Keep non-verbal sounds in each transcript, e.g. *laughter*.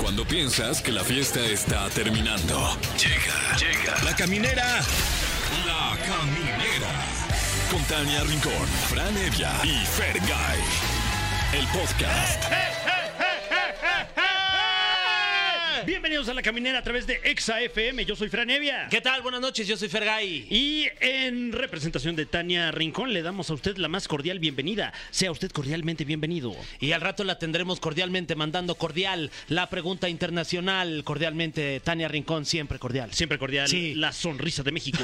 Cuando piensas que la fiesta está terminando. Llega, llega. La caminera. La caminera. Con Tania Rincón, Fran Evia y Fer El podcast. Bienvenidos a la caminera a través de Exa FM. Yo soy Fran Evia. ¿Qué tal? Buenas noches, yo soy Fergay. Y en representación de Tania Rincón le damos a usted la más cordial bienvenida. Sea usted cordialmente bienvenido. Y al rato la tendremos cordialmente mandando cordial la pregunta internacional. Cordialmente, Tania Rincón, siempre cordial. Siempre cordial, Sí. la sonrisa de *laughs* México.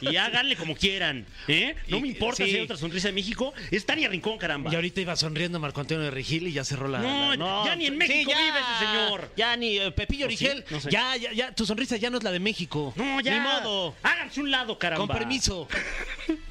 y háganle como quieran. ¿eh? No Y- me importa sí. si hay otra sonrisa de México. Es Tania Rincón, caramba. Y ahorita iba sonriendo Marco Antonio de Rigil y ya cerró la. No, la- ya ni en México vive ese señor. Ya ni eh, Pepillo ¿O sí? Origel. No sé. Ya, ya, ya, tu sonrisa ya no es la de México. No, ya. Ni modo. Háganse un lado, caramba. Con permiso.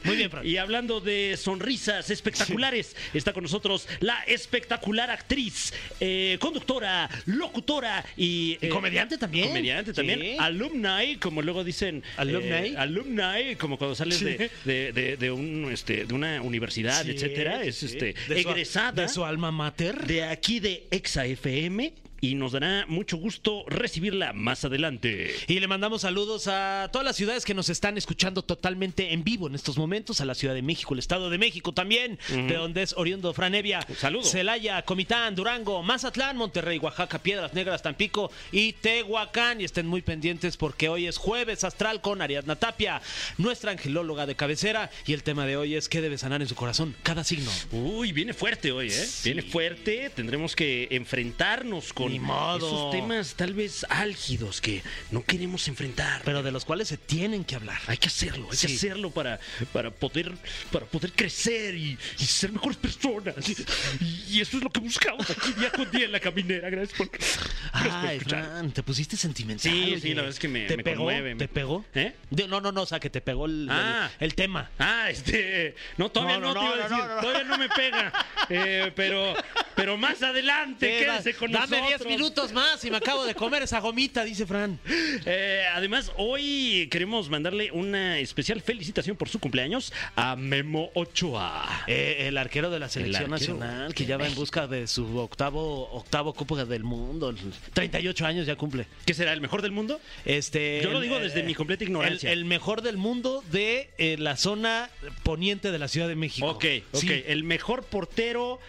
Muy bien, *laughs* Fran. Y hablando de sonrisas espectaculares, está con nosotros la espectacular actriz, eh, conductora, locutora y, Y eh, comediante también. Comediante también. Sí. Alumni, como luego dicen. Alumni. eh, alumni, como cuando sales Sí. de, de- de- de un, este, de una universidad, Sí, etcétera. sí, Es sí. este, De su- egresada de su alma mater. de aquí de Exa FM y nos dará mucho gusto recibirla más adelante. Y le mandamos saludos a todas las ciudades que nos están escuchando totalmente en vivo en estos momentos, a la Ciudad de México, el Estado de México también, de donde es oriundo Franevia, Saludos. Celaya, Comitán, Durango, Mazatlán, Monterrey, Oaxaca, Piedras Negras, Tampico y Tehuacán. Y estén muy pendientes porque hoy es jueves astral con Ariadna Tapia, nuestra angelóloga de cabecera. Y el tema de hoy es qué debe sanar en su corazón cada signo. Uy, viene fuerte hoy, ¿eh? Viene fuerte. Tendremos que enfrentarnos con Ni modo. esos temas tal vez álgidos que no queremos enfrentar. Pero de los cuales se tienen que hablar. hay que hacerlo, hay que Sí. hacerlo para, para, poder, para poder crecer y, y ser mejores personas. Y, y eso es lo que buscamos aquí día con día en la caminera. Gracias por, gracias por Ay, escuchar. Fran, te pusiste sentimental. Sí, sí, oye. la verdad es que me- ¿Te me pegó? conmueve, me- ¿Te pegó? ¿Eh? De- no, no, no, o sea, que te pegó el, el- Ah. el tema. *laughs* Ah, este. No, todavía no, No, no, te iba no, a no, decir. no, no. Todavía no me pega. Eh, pero, pero más adelante, Eh, quédese con Dame nosotros. 10 minutos más y me acabo de comer esa gomita, *laughs* dice Fran. Eh, además, hoy queremos mandarle una especial felicitación por su cumpleaños a Memo Ochoa. Eh, el arquero de la selección arquero eh. nacional que ya va en busca de su octavo octavo Copa del Mundo. 38 años ya cumple. ¿Qué será? ¿El mejor del mundo? Este, Yo lo el- digo el- desde mi completa ignorancia. El, el mejor del mundo de eh, la zona poniente de la Ciudad de México. Ok, ok. Sí. El mejor portero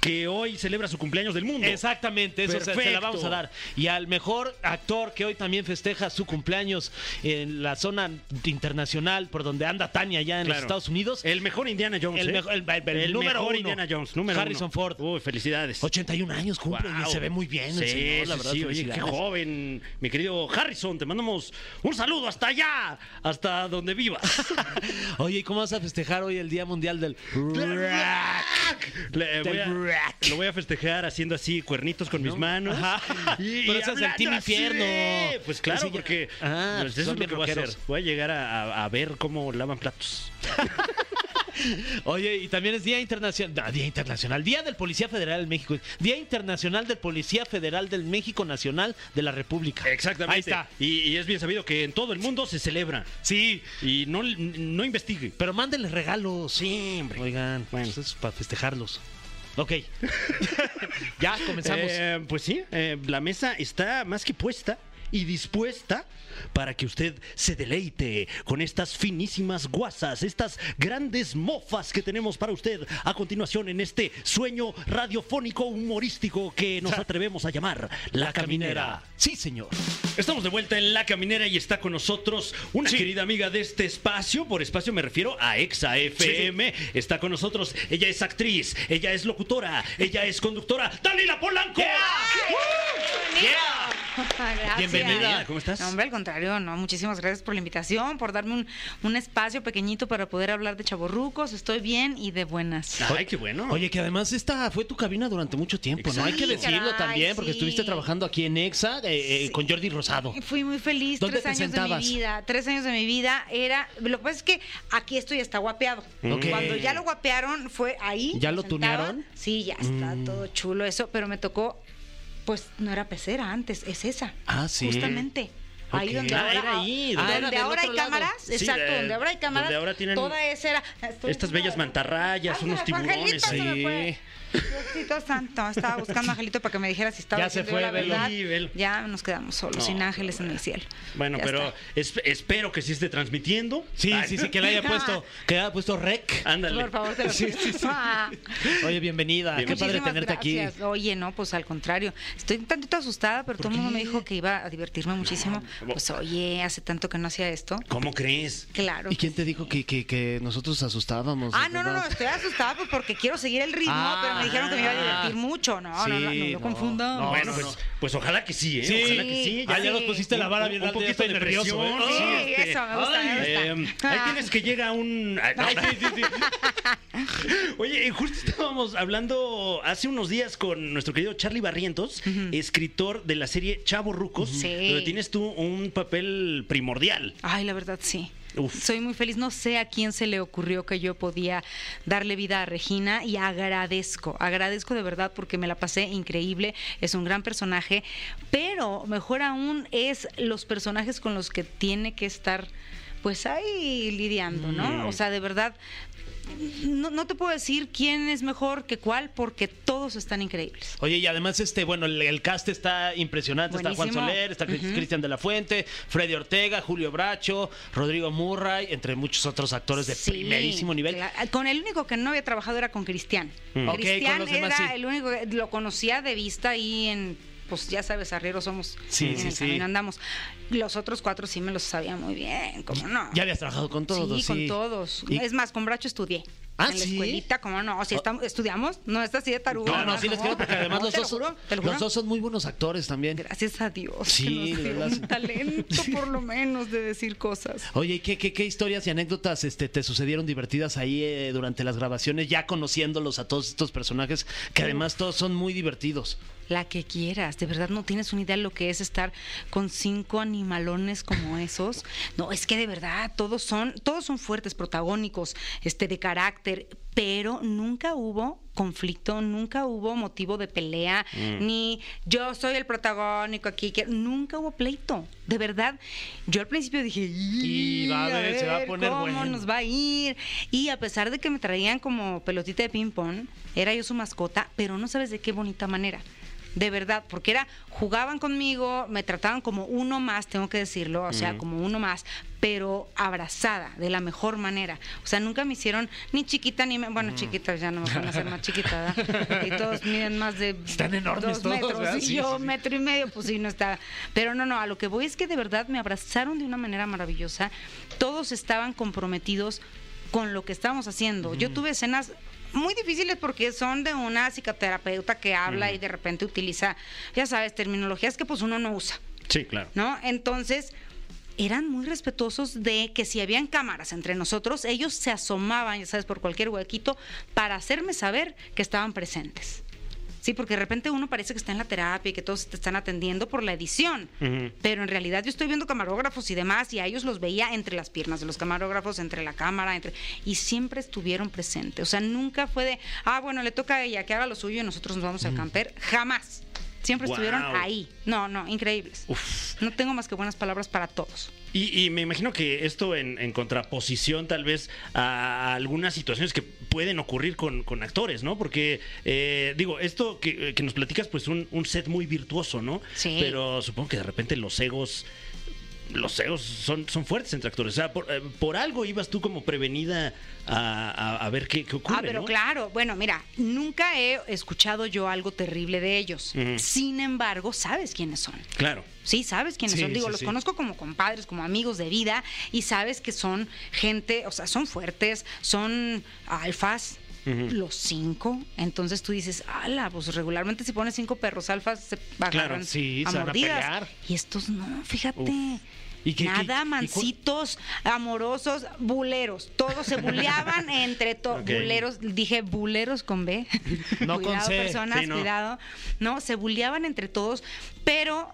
que hoy celebra su cumpleaños del mundo. Exactamente, eso se, se la Perfecto. vamos a dar. Y al mejor actor que hoy también festeja su cumpleaños en la zona internacional por donde anda Tania ya en Claro. los Estados Unidos. El mejor Indiana Jones. El ¿eh? mejo- el- el- el número mejor uno. Indiana Jones. Número Harrison uno. Ford. Uy, felicidades. 81 años cumple y Guau. se ve muy bien Sí, el señor, la sí, verdad. sí, oye, qué felicidades. joven, mi querido Harrison. Te mandamos un saludo hasta allá, hasta donde *laughs* vivas. Oye, ¿y cómo vas a festejar hoy el Día Mundial del Rack? Le- eh, Del voy a- rack. lo voy a festejar haciendo así cuernitos con mis manos. Ajá. Pero eso es el hablando Team así. Infierno. Pues claro, Ese ya- porque Ah, pues, pues eso son es lo bien que voy a hacer. rockeros. Voy a llegar a, a- a ver cómo lavan platos. Oye, y también es Día Internacional, no, Día Internacional, Día del Policía Federal del México, Día Internacional del Policía Federal del México Nacional de la República. Exactamente. Ahí está. Y, y es bien sabido que en todo el mundo se celebra. Sí, Y no, no investigue. pero mándenles regalos. Sí, hombre. Oigan, Bueno. pues eso es para festejarlos. *laughs* Ok. ya comenzamos. Eh, pues sí, eh, la mesa está más que puesta y dispuesta para que usted se deleite con estas finísimas guasas, estas grandes mofas que tenemos para usted a continuación en este sueño radiofónico humorístico que nos atrevemos a llamar La Caminera. Sí, señor. Estamos de vuelta en La Caminera y está con nosotros una querida amiga de este espacio. Por espacio me refiero a Exa FM. Está con nosotros. Ella es actriz, ella es locutora, ella es conductora. ¡Dalila Polanco! *laughs* Gracias. Bienvenida, ¿cómo estás? No, hombre, al contrario, no. Muchísimas gracias por la invitación, por darme un, un espacio pequeñito para poder hablar de chaborrucos. Estoy bien y de buenas. ¡Ay, qué bueno! Oye, que además esta fue tu cabina durante mucho tiempo, ¿no? Hay que Sí, decirlo caray, también, porque sí. estuviste trabajando aquí en EXA eh, eh, con Jordi Rosado. Fui muy feliz ¿Dónde tres te años sentabas? de mi vida. Tres años de mi vida era. Lo que pasa es que aquí estoy hasta guapeado. Mm. Ok. Cuando ya lo guapearon, fue ahí. ¿Ya lo sentaba. tunearon? Mm. Sí, ya está todo chulo eso, pero me tocó. Pues no era pecera antes, es esa. Ah, sí. Justamente. Ahí Ok. donde Ah, ahora, era ahí, donde era del ahora hay otro lado. cámaras, Sí, exacto, de- donde ahora hay cámaras, donde ahora tienen toda esa era estoy Estas diciendo- bellas mantarrayas, Ay, se unos me fue tiburones Angelito, se me ahí. fue. Diosito santo, estaba buscando a Angelito para que me dijera si estaba Ya se diciendo yo fue, la verdad. velo. Sí, velo. Ya nos quedamos solos, No, sin ángeles en el cielo. Bueno, Ya pero está. es- espero que sí esté transmitiendo. Sí, Ay. sí, sí, que le haya *laughs* puesto, que le haya puesto rec. Ándale. Por favor, te lo pido. Ah. Oye, bienvenida. Qué Bienvenida. padre Muchísimas tenerte gracias. aquí. Oye, no, pues al contrario. Estoy un tantito asustada, pero todo el mundo me dijo que iba a divertirme muchísimo. No. Pues oye, hace tanto que no hacía esto. ¿Cómo crees? Claro. ¿Y quién te dijo que, que, que nosotros asustábamos? Ah, no, no, no, ¿verdad? estoy asustada pues, porque quiero seguir el ritmo, Ah. pero me dijeron que me iba a divertir mucho. No, no, no, no, Sí, lo no. confunda. No, bueno, no, pues, no. pues ojalá que sí, ¿eh? Sí. Ojalá que sí. Ah, ya nos pusiste la vara bien un, un alta, poquito ya estoy de nervioso, presión, ¿eh? Sí, sí, este, eso, me gusta, me gusta. Eh, ahí tienes que llega un. ay, no. *laughs* Oye, eh, justo estábamos hablando hace unos días con nuestro querido Charlie Barrientos, escritor de la serie Chavo Rucos, Ujú. Sí. donde tienes tú un papel primordial. Ay, la verdad sí. Uf. Soy muy feliz. No sé a quién se le ocurrió que yo podía darle vida a Regina y agradezco, agradezco de verdad porque me la pasé increíble. Es un gran personaje, pero mejor aún es los personajes con los que tiene que estar, pues ahí lidiando, ¿no? Mm. O sea, de verdad. No, no te puedo decir quién es mejor que cuál porque todos están increíbles. Oye, y además, este, bueno, el, el cast está impresionante. Está Juan Buenísimo. Soler, está Cris- Cristian de la Fuente, Freddy Ortega, Julio Bracho, Rodrigo Murray, entre muchos otros actores de Sí, primerísimo nivel. cla- ah, Con el único que no había trabajado era con Cristian. Mm. Ok, Cristian con los demás, era sí. el único que lo conocía de vista ahí en, pues ya sabes, arriero somos. Sí, en sí, el sí. camino andamos. Los otros cuatro sí me los sabía muy bien, ¿cómo no? Ya habías trabajado con todos, sí. Sí, con todos. Y- Es más, con Bracho estudié. Ah, en la ¿sí? Ah. escuelita, ¿cómo no? Si estamos, estudiamos, no estás así de tarugo. No, no, sí les creo, porque además los, te dos, Lo juro, te lo juro. los dos son muy buenos actores también. Gracias a Dios. Sí, que de nos dio verdad, sí. un talento, por lo menos, de decir cosas. Oye, ¿y ¿qué, qué, qué historias y anécdotas este, te sucedieron divertidas ahí eh, durante las grabaciones, ya conociéndolos a todos estos personajes, que además todos son muy divertidos? La que quieras, de verdad no tienes una idea lo que es estar con cinco animalones como esos. No, es que de verdad todos son, todos son fuertes, protagónicos, este, de carácter, pero nunca hubo conflicto, nunca hubo motivo de pelea, Mm. ni yo soy el protagónico aquí, que nunca hubo pleito. De verdad, yo al principio dije, Y va a ver, se va a poner cómo bueno". nos va a ir. Y a pesar de que me traían como pelotita de ping-pong, era yo su mascota, pero no sabes de qué bonita manera. De verdad, porque era, jugaban conmigo, me trataban como uno más, tengo que decirlo, o sea, como uno más, pero abrazada, de la mejor manera. O sea, nunca me hicieron ni chiquita ni. me- Bueno, chiquita, ya no me van a hacer más chiquita, ¿verdad? Y todos miden más de. Están enormes dos todos, metros, ¿verdad? Y Sí, yo, sí, sí. metro y medio, pues sí, no está. Pero no, no, a lo que voy es que de verdad me abrazaron de una manera maravillosa. Todos estaban comprometidos con lo que estábamos haciendo. Yo tuve escenas muy difíciles porque son de una psicoterapeuta que habla y de repente utiliza, ya sabes, terminologías que pues uno no usa. Sí, claro. ¿no? Entonces, eran muy respetuosos de que si habían cámaras entre nosotros, ellos se asomaban, ya sabes, por cualquier huequito para hacerme saber que estaban presentes. Sí, porque de repente uno parece que está en la terapia y que todos te están atendiendo por la edición. Ujú. Pero en realidad yo estoy viendo camarógrafos y demás y a ellos los veía entre las piernas de los camarógrafos, entre la cámara, entre y siempre estuvieron presentes. O sea, nunca fue de, ah, bueno, le toca a ella que haga lo suyo y nosotros nos vamos al camper. Jamás. Siempre Guau. estuvieron ahí. No, no, increíbles. Uf. No tengo más que buenas palabras para todos. Y, y me imagino que esto en, en contraposición tal vez a algunas situaciones que pueden ocurrir con, con actores, ¿no? Porque, eh, digo, esto que, que nos platicas, pues un, un set muy virtuoso, ¿no? Sí. Pero supongo que de repente los egos... Los egos son, son fuertes entre actores. O sea, por, eh, por algo ibas tú como prevenida a, a- a ver qué, qué ocurre. ah, pero ¿no? claro, bueno, mira, nunca he escuchado yo algo terrible de ellos. Ujú. Sin embargo, sabes quiénes son. Claro. Sí, sabes quiénes Sí, son. Digo, sí, los sí. conozco como compadres, como amigos de vida y sabes que son gente, o sea, son fuertes, son alfas. Ujú. Los cinco, entonces tú dices, ala, pues regularmente si pones cinco perros alfas se agarran sí, a se van a mordidas". pelear. Y estos no, fíjate. Uf. ¿Y qué- qué- y Nada, cu- mancitos, amorosos, buleros. Todos *laughs* se buleaban entre todos. Ok. Buleros, dije buleros con B. No con cuidado, C. personas, Sí, no. cuidado. No, se bulleaban entre todos, pero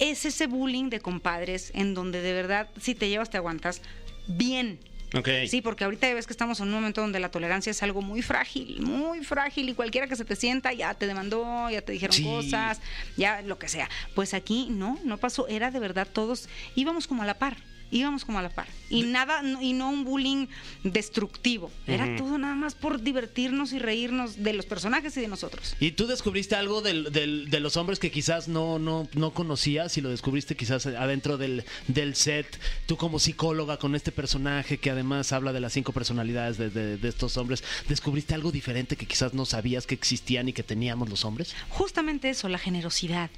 es ese bullying de compadres en donde de verdad, si te llevas, te aguantas bien. Ok. Sí, porque ahorita ya ves que estamos en un momento donde la tolerancia es algo muy frágil, muy frágil, y cualquiera que se te sienta ya te demandó, ya te dijeron Sí. cosas, ya lo que sea. Pues aquí no, no pasó, era de verdad todos, íbamos como a la par, íbamos como a la par. Y nada, no- y no un bullying destructivo, era todo nada más por divertirnos y reírnos de los personajes y de nosotros. ¿Y tú descubriste algo del- del- de los hombres que quizás no, no, no conocías y lo descubriste quizás adentro del, del set? Tú como psicóloga con este personaje que además habla de las cinco personalidades de, de- de estos hombres, ¿descubriste algo diferente que quizás no sabías que existían y que teníamos los hombres? Justamente eso, la generosidad.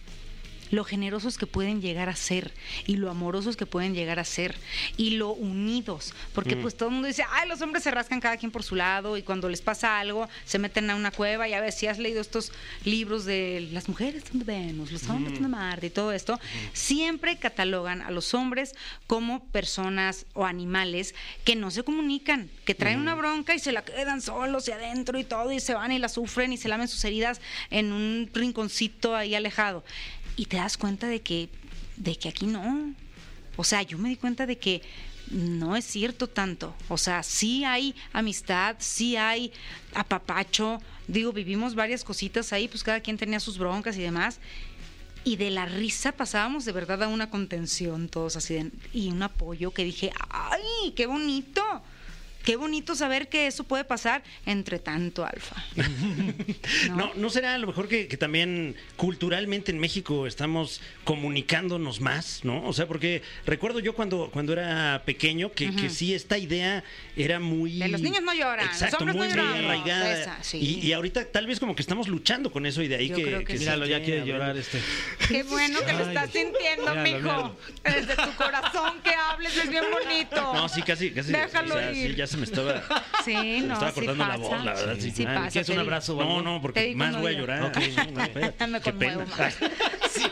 Lo generosos que pueden llegar a ser y lo amorosos que pueden llegar a ser y lo unidos, porque pues todo el mundo dice, ay, los hombres se rascan cada quien por su lado y cuando les pasa algo se meten a una cueva y a ver si has leído estos libros de las mujeres son de Venus, los hombres son de Marte y todo esto, siempre catalogan a los hombres como personas o animales que no se comunican, que traen una bronca y se la quedan solos y adentro y todo y se van y la sufren y se lamen sus heridas en un rinconcito ahí alejado. Y te das cuenta de que, de que aquí no. O sea, yo me di cuenta de que no es cierto tanto. O sea, sí hay amistad, sí hay apapacho. Digo, vivimos varias cositas ahí, pues cada quien tenía sus broncas y demás. Y de la risa pasábamos de verdad a una contención todos así de- y un apoyo que dije, ¡ay, qué bonito! Qué bonito saber que eso puede pasar entre tanto alfa. No. ¿no? no, será a lo mejor que, que también culturalmente en México estamos comunicándonos más, ¿no? O sea, porque recuerdo yo cuando, cuando era pequeño que, que sí esta idea era muy... De los niños no lloran, los Exacto, hombres no muy, muy lloramos, arraigada. esa, sí. y, y ahorita tal vez como que estamos luchando con eso y de ahí Yo que... creo que sí. se Míralo, esté abriendo. este. *laughs* Qué bueno que lo Ay, estás Dios. sintiendo, Míralo, mijo. míralo. Desde tu corazón que hables, es bien bonito. No, sí, casi, casi. Déjalo o sea, ir. sí, ya se me *laughs* estaba... Sí, me no, estaba sí cortando la pasa. voz, la verdad, sí. Sí Ah, pasa, ¿quieres un te digo. abrazo? No, Vamos. no, Te porque vi más voy a conmovida. llorar. *laughs* Ok, no, *laughs* espérate. Me Qué conmuevo pena. *laughs* más. Sí.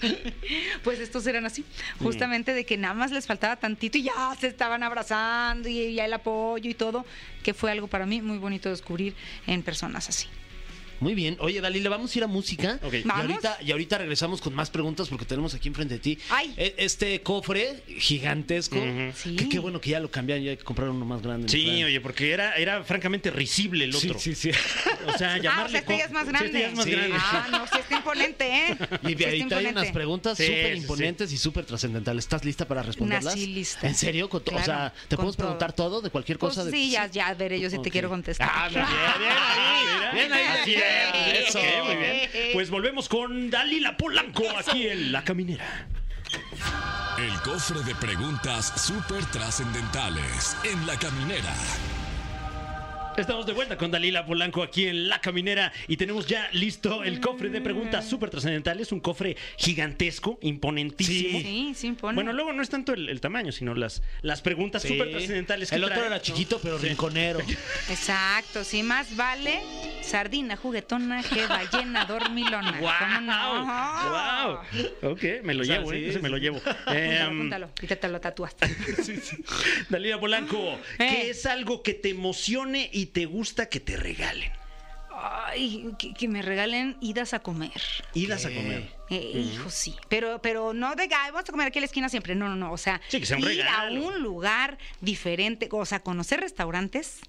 *laughs* Pues estos eran así, justamente de que nada más les faltaba tantito y ya se estaban abrazando y ya el apoyo y todo, que fue algo para mí muy bonito descubrir en personas así. Muy bien. Oye, Dalila, vamos a ir a música. Ok. Y ¿Vamos? ahorita, y ahorita regresamos con más preguntas porque tenemos aquí enfrente de ti Ay. e- este cofre gigantesco. Ujú. Sí. Que qué bueno que ya lo cambiaron, ya hay que comprar uno más grande. Sí, ¿verdad? oye, porque era, era francamente risible el otro. Sí, sí, sí. O sea, Ah, o sea, llamarle. este ya es más co- sí, grande. este ya es más Sí. grande. Ah, no, sí está imponente, *laughs* ¿eh? Sí Y está ahí hay unas imponente. preguntas Sí, súper sí, sí. imponentes y súper trascendentales. ¿Estás lista para responderlas? Nací lista. ¿En serio? Con to- O Claro, sea, ¿te con podemos preguntar todo de cualquier Pues cosa? de- sí, ya, ya veré yo si te Ok. quiero contestar. Ah, bien, bien ahí. Bien ahí. Así es, Eso. ok, muy Ah, bien. Pues volvemos con Dalila Polanco aquí en La Caminera. El cofre de preguntas súper trascendentales en la caminera. Estamos de vuelta con Dalila Polanco aquí en La Caminera y tenemos ya listo el cofre de preguntas súper trascendentales, un cofre gigantesco, imponentísimo. Sí, sí impone. Bueno, luego no es tanto el, el tamaño, sino las, las preguntas Sí. súper trascendentales que El otro trae, era ¿no? chiquito, pero rinconero. Exacto, sí, más vale sardina juguetona que *laughs* ballena dormilona. ¿Cómo no? ¡Guau! ¡Guau! Ok, me lo O sea, llevo, sí, ¿eh? Ese sí, me lo *laughs* llevo. Apúntalo, Em, apúntalo, y te, te lo tatuaste. Dalila Polanco, Eh. ¿qué es algo que te emocione y te gusta que te regalen? Ay, que, que me regalen idas a comer. Idas a comer. Eh, Hijo, sí. Pero, pero no de que "Ay, vamos a comer aquí a la esquina siempre. No, no, no. O sea, Sí, que sea un ir regalo. a un lugar diferente. O sea, conocer restaurantes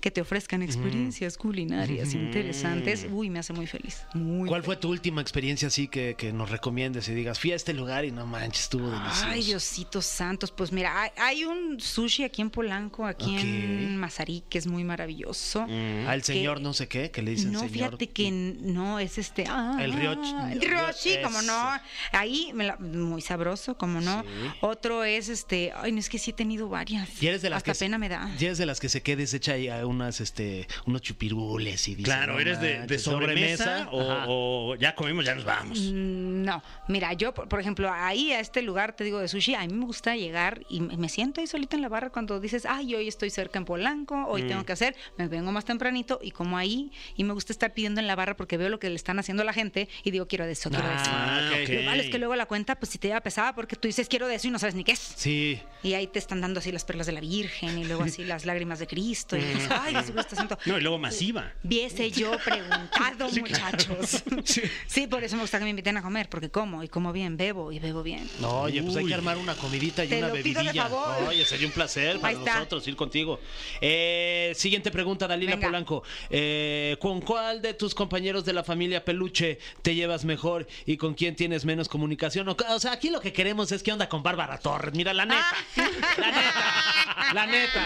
que te ofrezcan experiencias culinarias interesantes. Uy, me hace muy feliz. Muy ¿Cuál fue tu última experiencia así que, que nos recomiendes y digas, fui a este lugar y no manches, estuvo delicioso? Ay, Diositos santos. Pues mira, hay, hay un sushi aquí en Polanco, aquí en Ok. Mazarí, que es muy maravilloso. Al señor no sé qué, que le dicen no, señor. fíjate que n- no, es este. ah, El rioch- El el riochi, rioch- como no. Ahí, me la- muy sabroso, como no. Otro es este. Ay, no, es que sí he tenido varias. Y eres de las Hasta que se- pena me da. y eres de las que se quede desecha ahí a unas, este, unos chupirules y dices, Claro, "No ¿eres de, de manches, sobremesa, Ajá. o, o ya comimos, ya nos vamos? Mm, No, mira, yo, por por ejemplo, ahí a este lugar, te digo, de sushi, a mí me gusta llegar y me me siento ahí solita en la barra cuando dices, ay, hoy estoy cerca en Polanco, hoy Mm. tengo que hacer, me vengo más tempranito y como ahí, y me gusta estar pidiendo en la barra porque veo lo que le están haciendo a la gente y digo, quiero de eso, quiero de eso. Ah, ok. Lo malo es que luego la cuenta, pues si te lleva pesada porque tú dices, quiero de eso y no sabes ni qué es. Sí. Y ahí te están dando así las perlas de la Virgen y luego así las lágrimas de Cristo. Y dices, Ay, Jesucristo santo. No, y luego masiva. Viese yo preguntado, Sí, claro. muchachos. Sí. Sí. por eso me gusta que me inviten a comer, porque como y como bien, bebo y bebo bien. No, oye, pues hay Uy. que armar una comidita y Te una lo pido de bebidilla. favor. Oye, sería un placer para Ahí está. nosotros ir contigo. Eh, siguiente pregunta, Dalila Venga. Polanco. Eh, ¿Con cuál de tus compañeros de la familia Peluche te llevas mejor y con quién tienes menos comunicación? O, o sea, aquí lo que queremos es qué onda con Bárbara Torres. Mira, la neta. Ah. *laughs* La neta. La neta.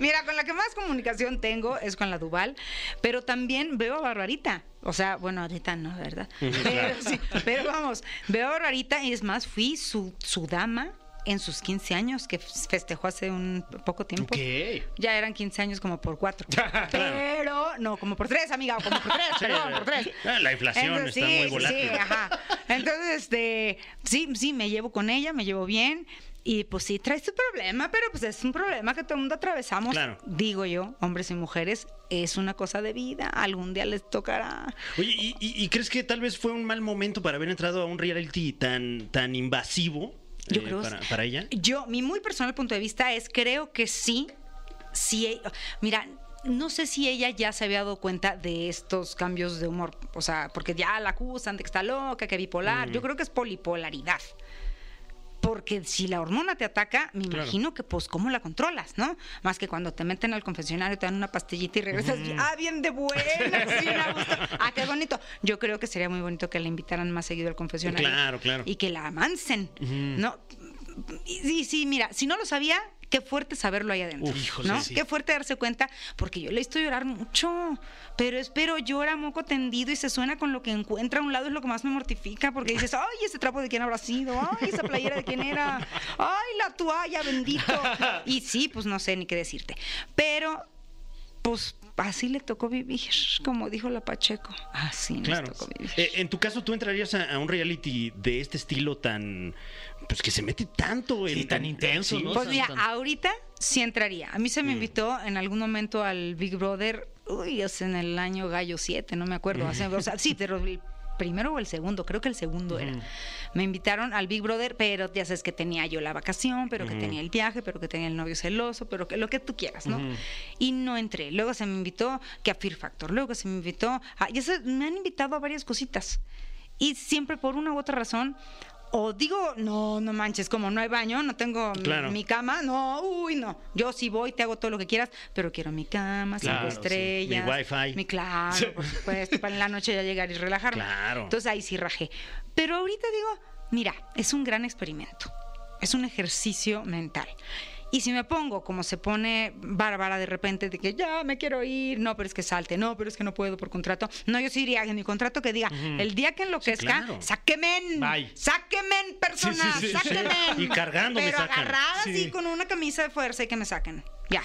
Mira, con la que más comunicación tengo es con la Duval, pero también veo a Barbarita. O sea, bueno, ahorita no, ¿verdad? Pero, sí, pero vamos, veo a Barbarita y es más, fui su, su dama en sus 15 años, que festejó hace un poco tiempo. ¿Qué? Ya eran 15 años como por *laughs* cuatro. Pero, no, como por tres, amiga, o como por tres, perdón, por tres. Ah, la inflación está muy sí, volátil. Sí, ajá. Entonces, este, sí, sí, me llevo con ella, me llevo bien. Y pues sí, traes tu problema, pero pues es un problema que todo el mundo atravesamos. Claro. Digo yo, hombres y mujeres, es una cosa de vida, algún día les tocará. Oye, ¿y, y- y crees que tal vez fue un mal momento para haber entrado a un reality tan, tan invasivo Yo eh, creo para, sí. para ella? Yo, mi muy personal punto de vista es creo que sí, sí. eh, Mira, no sé si ella ya se había dado cuenta de estos cambios de humor. O sea, porque ya la acusan de que está loca, que bipolar. Yo creo que es polipolaridad. Porque si la hormona te ataca, me Claro. imagino que pues cómo la controlas, ¿no? Más que cuando te meten al confesionario, te dan una pastillita y regresas, ah, bien de buena, sí, a gusto. Ah, qué bonito. Yo creo que sería muy bonito que la invitaran más seguido al confesionario. Claro, claro. Y que la amancen, ¿no? Y sí, sí, mira, si no lo sabía, qué fuerte saberlo ahí adentro. Uf, híjole, ¿no? sí. Qué fuerte darse cuenta, porque yo le he visto llorar mucho, pero espero llora moco tendido y se suena con lo que encuentra a un lado, es lo que más me mortifica, porque dices, ay, ese trapo de quién habrá sido, ay, esa playera de quién era, ay, la toalla, bendito. Y sí, pues no sé ni qué decirte. Pero, pues así le tocó vivir, como dijo la Pacheco, así nos Claro. tocó vivir. Eh, en tu caso, ¿tú entrarías a, a un reality de este estilo tan. Pues que se mete tanto en. Sí, tan en- intenso, ¿no? Pues Tan- mira, tan- ahorita sí entraría. A mí se me invitó en algún momento al Big Brother, uy, es en el año Gallo 7, no me acuerdo. hace- o sea, sí, pero el primero o el segundo, creo que el segundo era. Me invitaron al Big Brother, pero ya sabes que tenía yo la vacación, pero que tenía el viaje, pero que tenía el novio celoso, pero que lo que tú quieras, ¿no? Y no entré. Luego se me invitó que a Fear Factor, luego se me invitó a... Ya sabes, me han invitado a varias cositas. Y siempre por una u otra razón... O digo, no, no manches, como no hay baño, no tengo mi- Claro. mi cama, no, uy, no. Yo sí voy, te hago todo lo que quieras, pero quiero mi cama, cinco Claro, sí. estrellas. Mi wifi. Mi claro, *laughs* por supuesto, para en la noche ya llegar y relajarme. Claro. Entonces ahí sí rajé. Pero ahorita digo, mira, es un gran experimento. Es un ejercicio mental. Y si me pongo como se pone Bárbara de repente de que ya me quiero ir, no, pero es que salte, no, pero es que no puedo por contrato. No, yo sí diría en mi contrato que diga, el día que enloquezca, claro. sáquenme, Bye. sáquenme personas, Sí, sí, sí, sí. sáquenme. Y cargando me Pero sacan. agarrada Sí. así con una camisa de fuerza y que me saquen. Ya.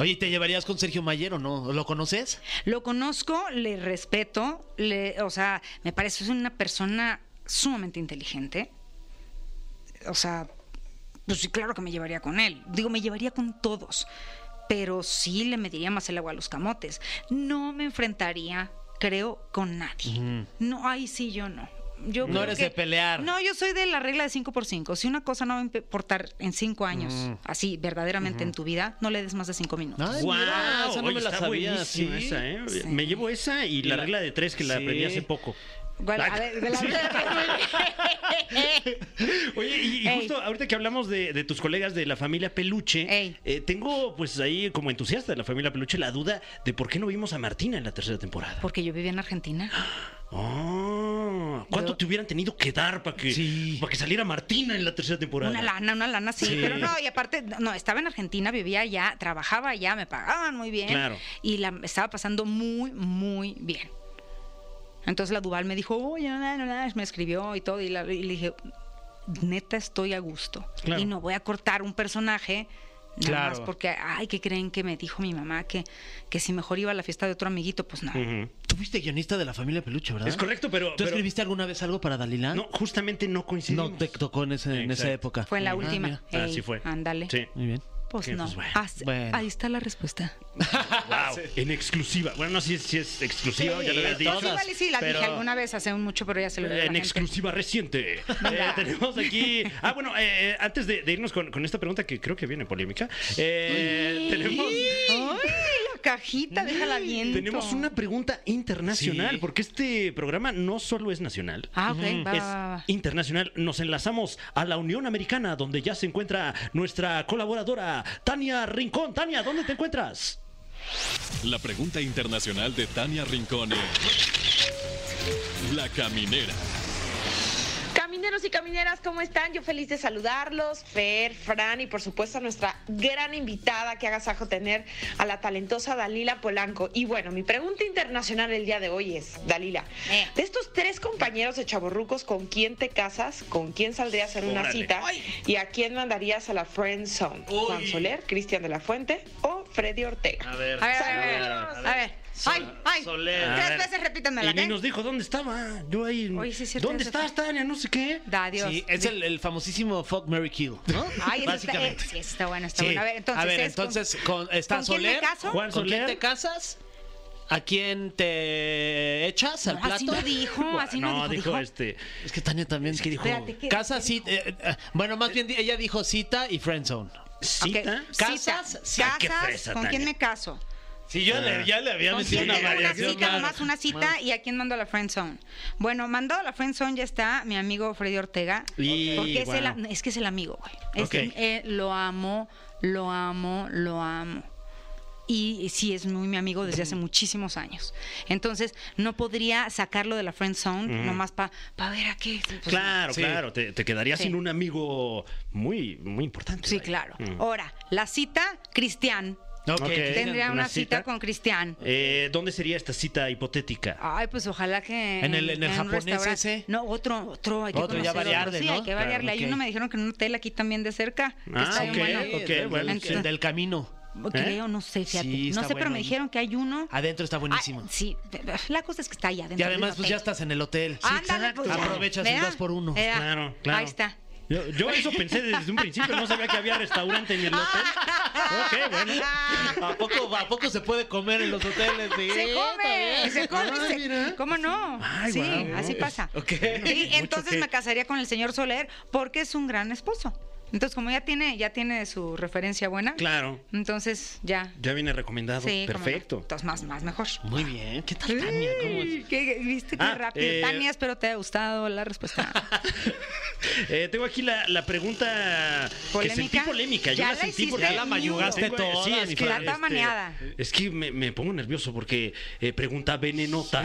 Oye, ¿te llevarías con Sergio Mayer o no? ¿Lo conoces? Lo conozco, le respeto, le, o sea, me parece una persona sumamente inteligente. O sea, pues sí, claro que me llevaría con él. Digo, me llevaría con todos. Pero sí le mediría más el agua a los camotes. No me enfrentaría, creo, con nadie. No, ahí sí, yo no. Yo No creo eres que- de pelear. No, yo soy de la regla de 5 por 5 Si una cosa no va a importar en 5 años, así verdaderamente en tu vida, no le des más de 5 minutos. Ay, ¡Guau! mira, esa Mm. no Oye, me la está sabía, buenísima sí. esa, ¿eh? Sí. Me llevo esa y, la la- regla de tres que la Sí. aprendí hace poco. Bueno, a ver, de la- *laughs* Oye, y, y Ey. justo ahorita que hablamos de, de tus colegas de la familia Peluche, Ey. eh, tengo pues ahí como entusiasta de la familia Peluche la duda de por qué no vimos a Martina en la tercera temporada. Porque yo vivía en Argentina. Ah, ¿Cuánto Yo- te hubieran tenido que dar para que, Sí. para que saliera Martina en la tercera temporada? Una lana, una lana, sí, Sí. Pero no, y aparte, no, estaba en Argentina, vivía allá, trabajaba allá, me pagaban muy bien. Claro. Y la estaba pasando muy, muy bien. Entonces la Duval me dijo, oye, no, no, no", me escribió y todo. Y, la- y le dije, neta, estoy a gusto. Claro. Y no voy a cortar un personaje. Nada Claro. más porque, ay, que creen que me dijo mi mamá que, que si mejor iba a la fiesta de otro amiguito, pues no. Ujú. Tú fuiste guionista de la familia Peluche, ¿verdad? Es correcto, pero... ¿Tú pero- escribiste alguna vez algo para Dalila? No, justamente no coincidimos. ¿Ah? No te tocó en, ese- en esa Exacto. época. Fue en la Ah, última. mira. Ah, Ey, sí fue. Ándale. Sí. Muy bien. Pues Que, no. pues, bueno. Así- Bueno. Ahí está la respuesta. Wow, en exclusiva. Bueno, no sé si es exclusiva, Sí, ya lo habías dicho. todas, Igual y sí, la pero- dije alguna vez hace mucho, pero ya se lo dije. a la En gente. exclusiva *laughs* reciente. Eh, tenemos aquí. Ah, bueno, eh, eh, antes de, de irnos con, con esta pregunta que creo que viene polémica, eh, tenemos. ¡Ay, la cajita! Déjala bien. Tenemos una pregunta internacional, Sí. porque este programa no solo es nacional. Ah, ok. va, Es va, va, va. internacional. Nos enlazamos a la Unión Americana, donde ya se encuentra nuestra colaboradora, Tania Rincón. Tania, ¿dónde te encuentras? La pregunta internacional de Tania Rincón en La Caminera. Camineros y camineras, ¿cómo están? Yo feliz de saludarlos, Fer, Fran y por supuesto a nuestra gran invitada que agasajo tener a la talentosa Dalila Polanco. Y bueno, mi pregunta internacional el día de hoy es, Dalila, Eh. de estos tres compañeros de chaborrucos, ¿con quién te casas? ¿Con quién saldrías en una Órale. cita? ¿Y a quién mandarías a la friend zone? ¿Juan Soler, Cristian de la Fuente o Freddy Ortega? A ver, a ver, a ver. Saludos. A ver. ¡Ay, ay! Soler. A Tres ver. veces repítanmela, Y ni ¿eh? nos dijo dónde estaba. Yo ahí. Oye, sí es cierto, ¿Dónde ya se fue. estás, Tania? No sé qué. Da, adiós. Sí, es el, el famosísimo Fuck Mary Kill, ¿no? Ay, eso está, eh, Básicamente. sí, eso está bueno, está Sí. bueno. A ver, entonces. es entonces, con, está ¿con quién me Soler, caso? Juan ¿con quién Soler. te casas? ¿A quién te echas al No, plato? así no dijo, así no, no, dijo. dijo este. Es que Tania también es que dijo. Espérate, ¿qué- casa, cita. eh, eh, bueno, más bien di- ella dijo cita y friendzone. ¿Cita? Ok, ¿Casas? Sí, Casas, qué fresa, ¿con quién Tania. me caso? Sí, yo le, ya le había ¿Con metido quién una tengo Ah. una variación cita, más. nomás una cita? ¿Y a quién mando a la friend zone? Bueno, mandado a la friend zone ya está mi amigo Freddy Ortega. Y, porque es, el, wow. am- es que es el amigo, güey. Es Ok. que, eh, lo amo, lo amo, lo amo. Y sí, es muy mi amigo desde hace muchísimos años. Entonces, no podría sacarlo de la friend zone nomás para ver a qué. Pues, no. Mm. Claro, Sí. claro. Te, te quedarías Sí. sin un amigo muy, muy importante. Sí, vaya. claro. Oh. Mm. Ahora, la cita, Cristian. Ok. Ok. Tendría ¿Una una, cita? cita? con Cristian. Eh, ¿Dónde sería esta cita hipotética? Ay, pues ojalá que. ¿En el- en el un japonés restaurante. ese? No, otro, otro. Hay que Otro, ya conocer variarle, Sí, ¿no? hay que Claro, variarle. Hay ok. uno me dijeron que en un hotel aquí también de cerca. que Ah, está ok, bien bueno. ok, bueno, del, sí. pues, del camino. Creo, no sé, fíjate. ¿Eh? Sí, no está sé, pero bueno me ahí. dijeron que hay uno. Adentro está buenísimo. Ah, sí, la cosa es que está allá adentro. y además, pues ya estás en el hotel. Sí, Ándale, exacto. pues, ya. Aprovechas y ¿Verdad? das por uno. ¿Verdad? Claro, claro. Ahí está. Yo, yo eso pensé desde un principio, no sabía que había restaurante en el hotel. Ah. Ok, bueno. ¿A poco, ¿A poco se puede comer en los hoteles? Sí, *laughs* Se está come, bien. se come. Ah, se- mira. ¿Cómo no? Ay, sí, guau. así pasa. Ok. Y Mucho entonces que- me casaría con el señor Soler porque es un gran esposo. Entonces, como ya tiene, ya tiene su referencia buena, Claro, entonces ya. ya viene recomendado. Sí, cómo no. Perfecto. Entonces, más, más mejor. Muy bien. ¿Qué tal, Tania? ¿Cómo es? Uy, qué- ¿Viste qué Ah, rápido? eh, Tania, espero te haya gustado *laughs* la respuesta. Eh, tengo aquí la, la pregunta ¿Polémica? que sentí polémica. Yo Ya la, la sentí hiciste porque Ya la mayugaste Tengo- toda, Sí, es mi que Fran. La está maneada. Es que me, me pongo nervioso porque eh, pregunta venenota.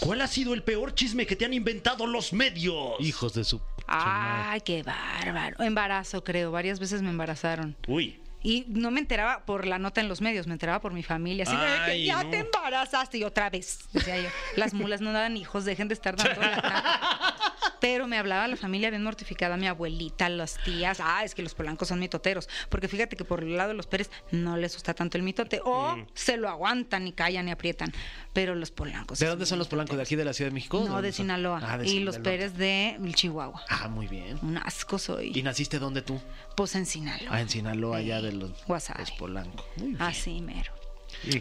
¿Cuál ha sido el peor chisme que te han inventado los medios? Hijos de su. Ay, qué bárbaro. Embarazo, creo. Varias veces me embarazaron. Uy. Y no me enteraba por la nota en los medios, me enteraba por mi familia. Así de Ay, que ya no. te embarazaste y otra vez. Decía yo, las mulas no dan hijos, dejen de estar *laughs* dando lata. Pero me hablaba la familia bien mortificada, mi abuelita, las tías. Ah, es que los polancos son mitoteros. Porque fíjate que por el lado de los Pérez no les gusta tanto el mitote. O Mm. se lo aguantan y callan y aprietan. Pero los polancos. ¿De sí dónde son los polancos? ¿De aquí de la Ciudad de México? Pues No, de dónde son? Sinaloa. Ah, de y los Sinaloa. Pérez de Chihuahua. Ah, muy bien. Un asco ¿Y soy. naciste dónde tú? Pues en Sinaloa. Ah, en Sinaloa, allá de los, Guasave. Ah, los polanco. Muy bien. Así mero.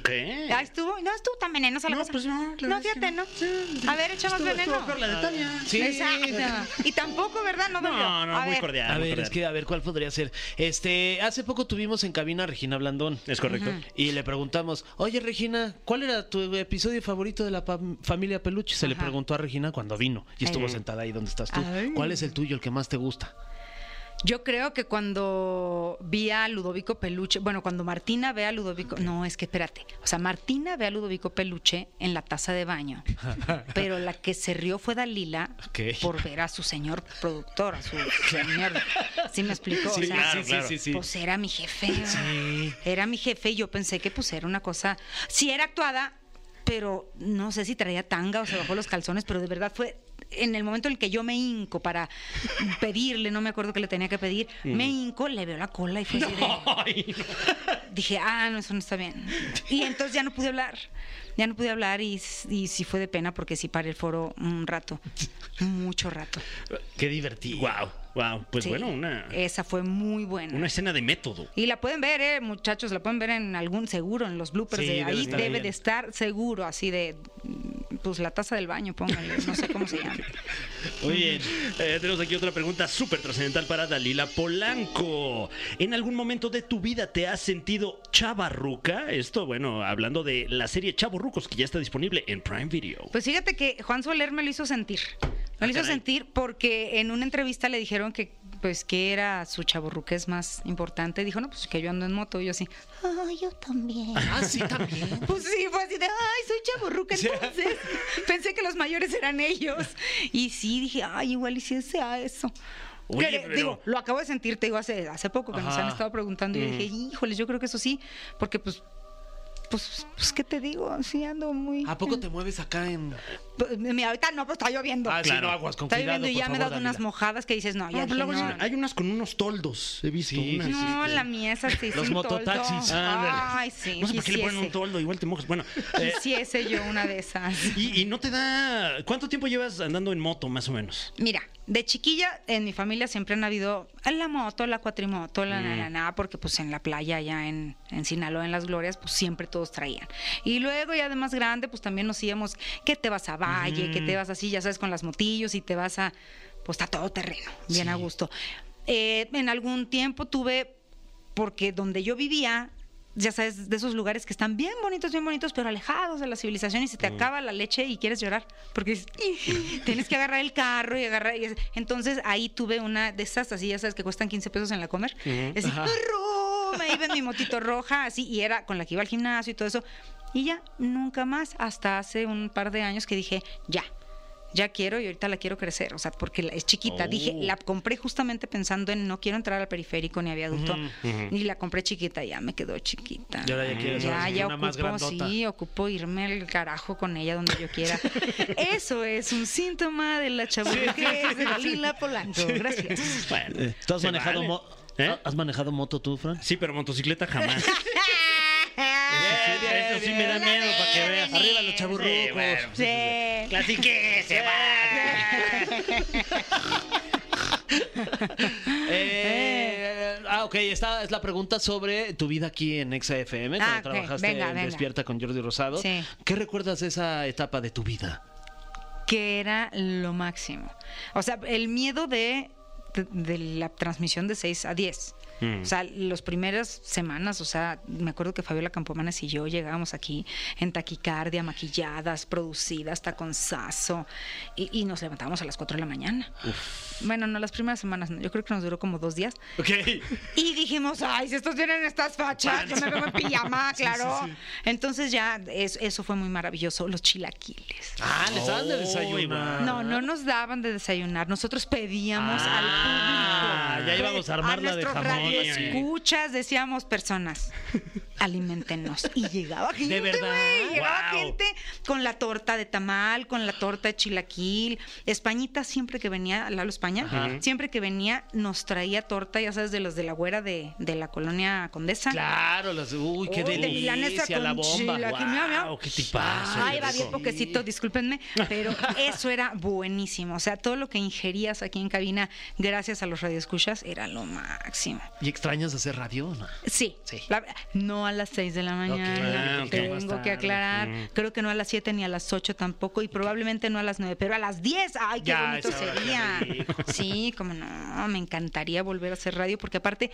¿Qué? *laughs* Ah, estuvo, no estuvo tan venenosa la No, cosa. pues no, la No, verdad es que fíjate, no. ¿no? A ver, echamos veneno. la de Tania. Sí. Exacto. Y tampoco, ¿verdad? No, dolió. No, no, A muy ver, cordial. A muy ver, cordial. es que a ver cuál podría ser. Este, hace poco tuvimos en cabina a Regina Blandón. Es correcto. Y le preguntamos, oye Regina, ¿cuál era tu episodio favorito de la pam- familia Peluche? Se le Ajá. preguntó a Regina cuando vino y estuvo Ajá. sentada ahí donde estás tú. Ay. ¿Cuál es el tuyo, el que más te gusta? Yo creo que cuando vi a Ludovico Peluche, bueno, cuando Martina ve a Ludovico, no, es que espérate. O sea, Martina ve a Ludovico Peluche en la taza *laughs* de baño, pero la que se rió fue Dalila Ok. por ver a su señor *laughs* productor, a su señor. ¿Sí me explicó? O sea, claro, claro. Pues era mi jefe. Era mi jefe y yo pensé que pues era una cosa. Sí, era actuada, pero no sé si traía tanga o se bajó los calzones, pero de verdad fue en el momento en el que yo me hinco para pedirle, no me acuerdo que le tenía que pedir, me Mm. hinco, le veo la cola y fue así de- Ay, dije, ah, no, eso no está bien. Y entonces ya no pude hablar. Ya no pude hablar y, y sí fue de pena porque sí paré el foro un rato, mucho rato. Qué divertido. Wow, wow. Pues Sí, Eh, bueno, una, Esa fue muy buena. una escena de método. Y la pueden ver, eh, muchachos, la pueden ver en algún seguro, en los bloopers Sí, de debe ahí. estar Debe, ahí en- de estar seguro, así de, mm, pues la taza del baño, pónganle, no sé cómo se *laughs* llama. Muy bien. Eh, tenemos aquí otra pregunta súper trascendental para Dalila Polanco. ¿En algún momento de tu vida te has sentido chavarruca? Esto, bueno, hablando de la serie Chavorrucos, que ya está disponible en Prime Video. Pues fíjate que Juan Soler me lo hizo sentir. Me Ah, lo hizo caray. sentir porque en una entrevista le dijeron que pues que era su chaburruqués más importante. Dijo, no, pues que yo ando en moto. Y yo así, ay, yo también. Ah, sí, también. Pues sí, fue así de, ay, soy chaburruca, *laughs* entonces. Pensé que los mayores eran ellos. Y sí, dije, ay, igual y si sea eso. Oye, Que, pero- Digo, lo acabo de sentir, te digo, hace, hace poco que nos Ajá. Mm. han estado preguntando. Y dije, híjoles, yo creo que eso sí, porque pues, pues, pues, ¿qué te digo? Sí, ando muy. ¿A poco te mueves acá en.? Pues, Mira, ahorita no, pero está lloviendo. Ah, sí, Claro. no aguas con está cuidado. lloviendo y por ya me he favor, dado unas Dalila. mojadas que dices, no, ya Ah, pero dije, luego no. hay- hay unas con unos toldos, he visto. Sí, unas, No, este- la mía es así, Los sin mototaxis. toldo. Ándale. Ay, sí, No sé por qué le ponen un quisiese. toldo, igual te mojas. Bueno, eh, Quisiese yo una de esas. y, y no te da. ¿Cuánto tiempo llevas andando en moto, más o menos? Mira, de chiquilla en mi familia siempre han habido la moto, la cuatrimoto, la na, na, na, porque pues en la playa allá en, en Sinaloa, en Las Glorias, pues siempre todos traían. Y luego ya de más grande, pues también nos íbamos que te vas a Valle, que te vas así, ya sabes, con las motillos y te vas a, pues está todo terreno, bien a gusto. Eh, en algún tiempo tuve, porque donde yo vivía... Ya sabes, de esos lugares que están bien bonitos, bien bonitos, pero alejados de la civilización y se te acaba la leche y quieres llorar. Porque dices, "Ih", tienes que agarrar el carro y agarrar. y es- entonces ahí tuve una de esas, así ya sabes que cuestan 15 pesos en la comer. Es así, "Arrú", me iba en mi motito roja, así, y era con la que iba al gimnasio y todo eso. Y ya, nunca más, hasta hace un par de años que dije, ya. Ya quiero y ahorita la quiero crecer, o sea, porque la- es chiquita. Oh. Dije, la compré justamente pensando en no quiero entrar al periférico ni a viaducto, y la compré chiquita, ya me quedó chiquita. Y ahora ya quieres ahora ya, sí, ya una más ocupo, grandota. sí, ocupo irme al carajo con ella donde yo quiera. Eso es un síntoma de la chaburruquez de Dalila Polanco. Gracias. Bueno, Eh, ¿Tú has se manejado, vale. mo- ¿Eh? ¿Has manejado moto tú, Fran? Sí, pero motocicleta jamás. *laughs* bien, Eso sí me da bien. miedo para que veas. Arriba los chaburrucos. Sí, bueno. Sí. Clasique se *laughs* va. Eh, ah, ok, esta es la pregunta sobre tu vida aquí en Exa FM, cuando Ah, ok, trabajaste venga, en venga. Despierta con Jordi Rosado. Sí. ¿Qué recuerdas de esa etapa de tu vida? que era lo máximo. O sea, el miedo de, de- de la transmisión de 6 a 10. O sea, las primeras semanas, o sea, me acuerdo que Fabiola Campomanes y yo llegábamos aquí en taquicardia, maquilladas, producidas, taconzazo, y, y nos levantábamos a las 4 de la mañana. Bueno, no, las primeras semanas, no, yo creo que nos duró como dos días. Ok. Y dijimos, ay, si estos vienen estas fachas, yo me veo en pijama, claro. Entonces ya es- eso fue muy maravilloso, los chilaquiles. Ah, les daban de Uy, desayunar. No, no nos daban de desayunar. Nosotros pedíamos Ah, al público. ya íbamos a armarla de nuestros jamón. radioescuchas, decíamos personas, alimentenos. Y llegaba gente. ¿De verdad? güey, Llegaba Wow. gente con la torta de tamal, con la torta de chilaquil. Españita, siempre que venía, Lalo España, siempre que venía, nos traía torta, ya sabes, de los de la güera de, de la colonia Condesa. Claro, las, uy, qué Uy, de delicia, milanesa la con bomba. chilaquil. Guau. Mira, mira. Wow, Oh, qué tipazo. Ay, qué va rico. bien poquecito, *laughs* discúlpenme, pero eso era buenísimo. O sea, todo lo que ingerías aquí en cabina, gracias a los radioescuchas, era lo máximo. ¿Y extrañas hacer radio? No. Sí, Sí. la- no a las 6 de la mañana, Ah, ok. Más tengo tarde. que aclarar. Mm. Creo que no a las 7 ni a las 8 tampoco, y probablemente no a las 9, pero a las 10. ¡Ay, qué Ya, bonito esa hora, qué sería! rico. Sí, como no, me encantaría volver a hacer radio, porque aparte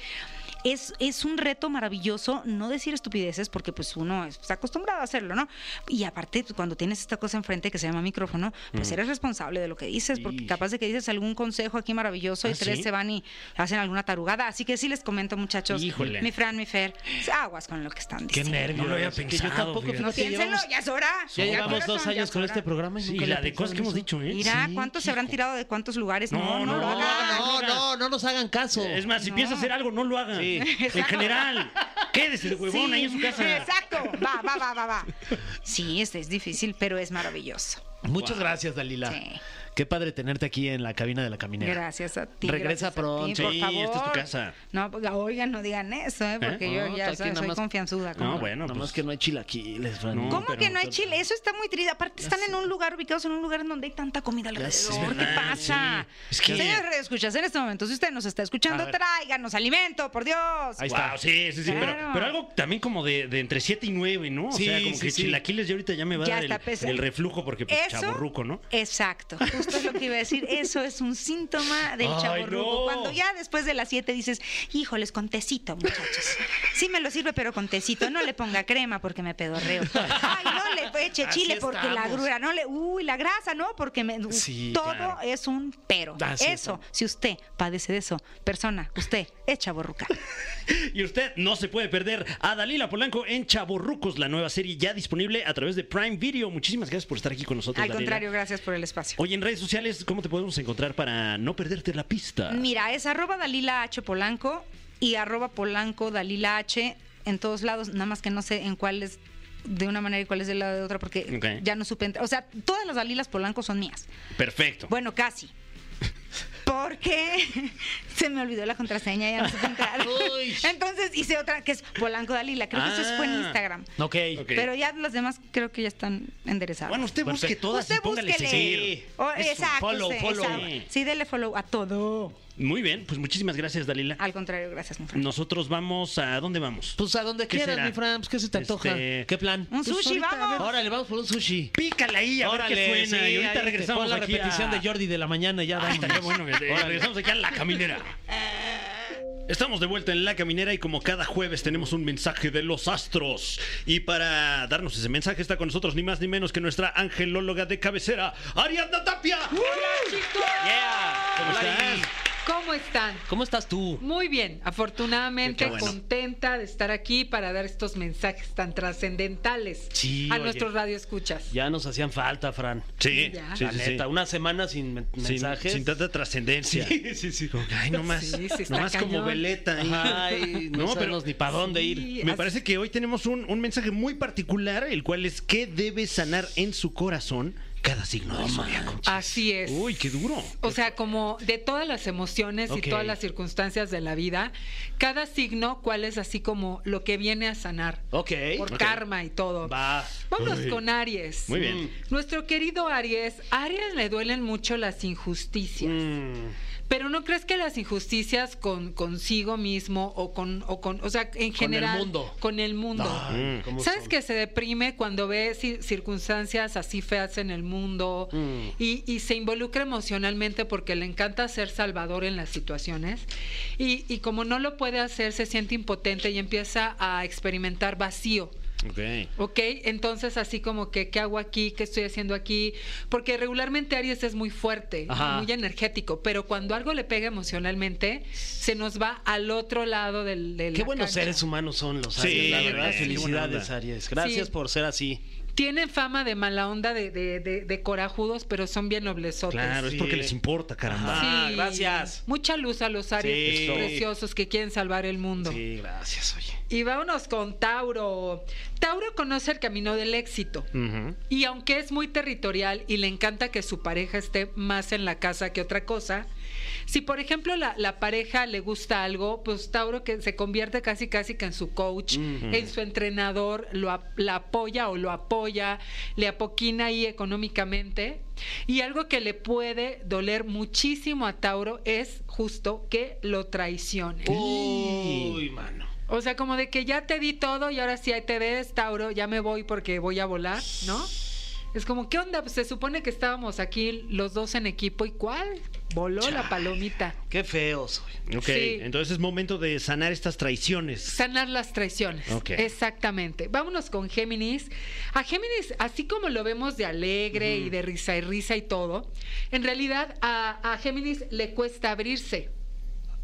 es, es un reto maravilloso no decir estupideces, porque pues uno está acostumbrado a hacerlo, ¿no? Y aparte, pues, cuando tienes esta cosa enfrente que se llama micrófono, pues Mm. eres responsable de lo que dices, porque Sí. capaz de que dices algún consejo aquí maravilloso y Ah, tres ¿sí? se van y hacen alguna tarugada. Así que sí les comento, muchachos. Híjole. Mi Fran, mi Fer, pues, aguas con lo que están Qué diciendo. nervios. No lo había Es que pensado, Yo tampoco, fíjate. No, fíjate, piénsenlo, llevamos- ya es hora. Ya llevamos corazón, dos ya es años con hora. este programa. y Sí, nunca y la había de cosas que hemos pensado en dicho, ¿eh? Mira, Sí, ¿cuántos se hijo. habrán tirado de cuántos lugares? No, No, no, no, lo eso. hagan. No, no, no, no nos hagan caso. Es más, si No. piensas hacer algo, no lo hagan. Sí. En general, quédese de huevón Sí, ahí en su casa. Exacto. Va, va, *laughs* va, va, va. Sí, este es difícil, pero es maravilloso. Muchas gracias, Dalila. Sí. Qué padre tenerte aquí en la cabina de la caminera. Gracias a ti. Regresa gracias a pronto. ti, Sí, por esta favor. es tu casa. No, oiga, oigan, no digan eso, ¿eh? porque ¿Eh? yo No, ya aquí sabes, nada soy más- confianzuda. No, compa. bueno, Nomás pues. que no hay chilaquiles, Fran. No, ¿Cómo pero- que no hay chile? Eso está muy triste. Aparte están en un lugar ubicados en un lugar en donde hay tanta comida Ya sé, alrededor. ¿Qué ¿verdad? pasa? Sí. Es que- Señores, escuchas en este momento. Si usted nos está escuchando, A ver. tráiganos alimento, por Dios. Ahí Wow, está. sí, sí, sí. pero- Claro. Pero, algo también como de, de entre 7 y 9, ¿no? O Sí, sea, como sí, que sí. chilaquiles ya ahorita ya me va Ya a dar está el, pesa- el reflujo porque pues, chaburruco, ¿no? Exacto, justo es lo que iba a decir. Eso es un síntoma del Ay, chaburruco. no. Cuando ya después de las 7 dices, híjoles, con tecito, muchachos. Sí me lo sirve, pero con tecito. No le ponga crema porque me pedorreo. Ay, no le eche Así chile porque la estamos. grura. No le, uy, la grasa, no, porque me. Sí, todo claro. es un pero. Así eso, si usted padece de eso, persona, usted es chaburruca. Y usted no se puede perder a Dalila Polanco en Chaborrucos, la nueva serie ya disponible a través de Prime Video. Muchísimas gracias por estar aquí con nosotros. Al Dalila. contrario, gracias por el espacio. Oye, en redes sociales, ¿cómo te podemos encontrar para no perderte la pista? Mira, es arroba Dalila H Polanco y arroba Polanco Dalila H en todos lados, nada más que no sé en cuál es de una manera y cuál es de la de otra, porque Ok. ya no supe. entre- O sea, todas las Dalilas Polanco son mías. Perfecto. Bueno, *laughs* casi. Porque *laughs* se me olvidó la contraseña, ya no supe *laughs* entrar. Uy. Entonces hice otra que es Polanco Dalila. Creo que eso fue en Ah. Instagram. Ok. Ok. Pero ya las demás creo que ya están enderezadas. Bueno, usted busque Perfecto. todas Usted y póngale búsquele. seguir. Sí. Oh, Es un exacto. follow, sí, follow. exacto. Sí, dele follow a todo. Muy bien, pues muchísimas gracias, Dalila. Al contrario, gracias, mi Fran. Nosotros vamos a dónde vamos? Pues a donde ¿Qué quieras, será? mi Fran. Pues qué se te antoja. Este- ¿Qué plan? Un Pues, sushi, ahorita, a vamos. ver. Órale, vamos por un sushi. Pícala ahí a ver qué suena. sí, y ahí ahorita te pon regresamos la aquí repetición a- de Jordi de la mañana y ya Ay, vámonos. estaría bueno que- eh, regresamos aquí a la caminera. Estamos de vuelta en La Caminera y como cada jueves tenemos un mensaje de los astros. Y para darnos ese mensaje está con nosotros ni más ni menos que nuestra angelóloga de cabecera, Ariadna Tapia. Yeah. ¿Cómo Hola, estás? Ari. ¿Cómo están? ¿Cómo estás tú? Muy bien, afortunadamente Qué bueno. contenta de estar aquí para dar estos mensajes tan trascendentales Sí, a oye. nuestros radioescuchas. Ya nos hacían falta, Fran. Sí, Ya. sí, la sí, sí. neta, una semana sin men- Sin, mensajes. sin tanta trascendencia. Sí, *laughs* sí, sí. Ay, nomás, Sí, sí está nomás como cañón. veleta. ahí. Ay, no, No, pero- sabemos ni para dónde ir. Sí. Me así- parece que hoy tenemos un, un mensaje muy particular, el cual es qué debe sanar en su corazón cada signo del zodiaco. Así Ah, es. Uh, Uy, qué duro. O sea, como de todas las emociones Ok. y todas las circunstancias de la vida, cada signo, cuál es así como lo que viene a sanar. Ok. Por Ok. karma y todo. Va. Vámonos Uy. con Aries. Muy bien. Nuestro querido Aries, a Aries le duelen mucho las injusticias. Mm. Pero no crees que las injusticias con consigo mismo o con, o con, o sea, en general. mundo. Con el mundo. Ay, Mm. ¿cómo ¿Sabes son? que se deprime cuando ve ci- circunstancias así feas en el mundo Mm. y, y se involucra emocionalmente porque le encanta ser salvador en las situaciones? Y, y como no lo puede hacer, se siente impotente y empieza a experimentar vacío. Ok. ¿Ok? Entonces, así como que, ¿qué hago aquí? ¿Qué estoy haciendo aquí? Porque regularmente Aries es muy fuerte, Ajá. muy energético, pero cuando algo le pega emocionalmente, se nos va al otro lado del. de Qué la buenos cancha. seres humanos son los Sí, Aries, la verdad. hombre, qué buena Felicidades, onda. Aries. Gracias Sí. por ser así. Tienen fama de mala onda, de, de, de- de corajudos, pero son bien noblesotes. Claro, es Sí. porque les importa, caramba. Ajá. Ah, gracias. Mucha luz a los Aries Sí. preciosos que quieren salvar el mundo. Sí, gracias, oye. Y vámonos con Tauro. Tauro conoce el camino del éxito. Ujú. Y aunque es muy territorial y le encanta que su pareja esté más en la casa que otra cosa, si por ejemplo la, la pareja le gusta algo, pues Tauro que se convierte casi casi que en su coach, en su entrenador, lo, ap- la apoya o lo apoya, le apoquina ahí económicamente. Y algo que le puede doler muchísimo a Tauro es justo que lo traicione. Uy, mano. O sea, como de que ya te di todo y ahora sí ahí te ves, Tauro, ya me voy porque voy a volar, ¿no? Es como, ¿qué onda? Pues se supone que estábamos aquí los dos en equipo y ¿cuál? Voló Chale. la palomita. Qué feo soy. Ok, Sí. entonces es momento de sanar estas traiciones. Sanar las traiciones. Ok. Exactamente. Vámonos con Géminis. A Géminis, así como lo vemos de alegre y de risa y risa y todo, en realidad a, a Géminis le *coughs* cuesta abrirse. *coughs*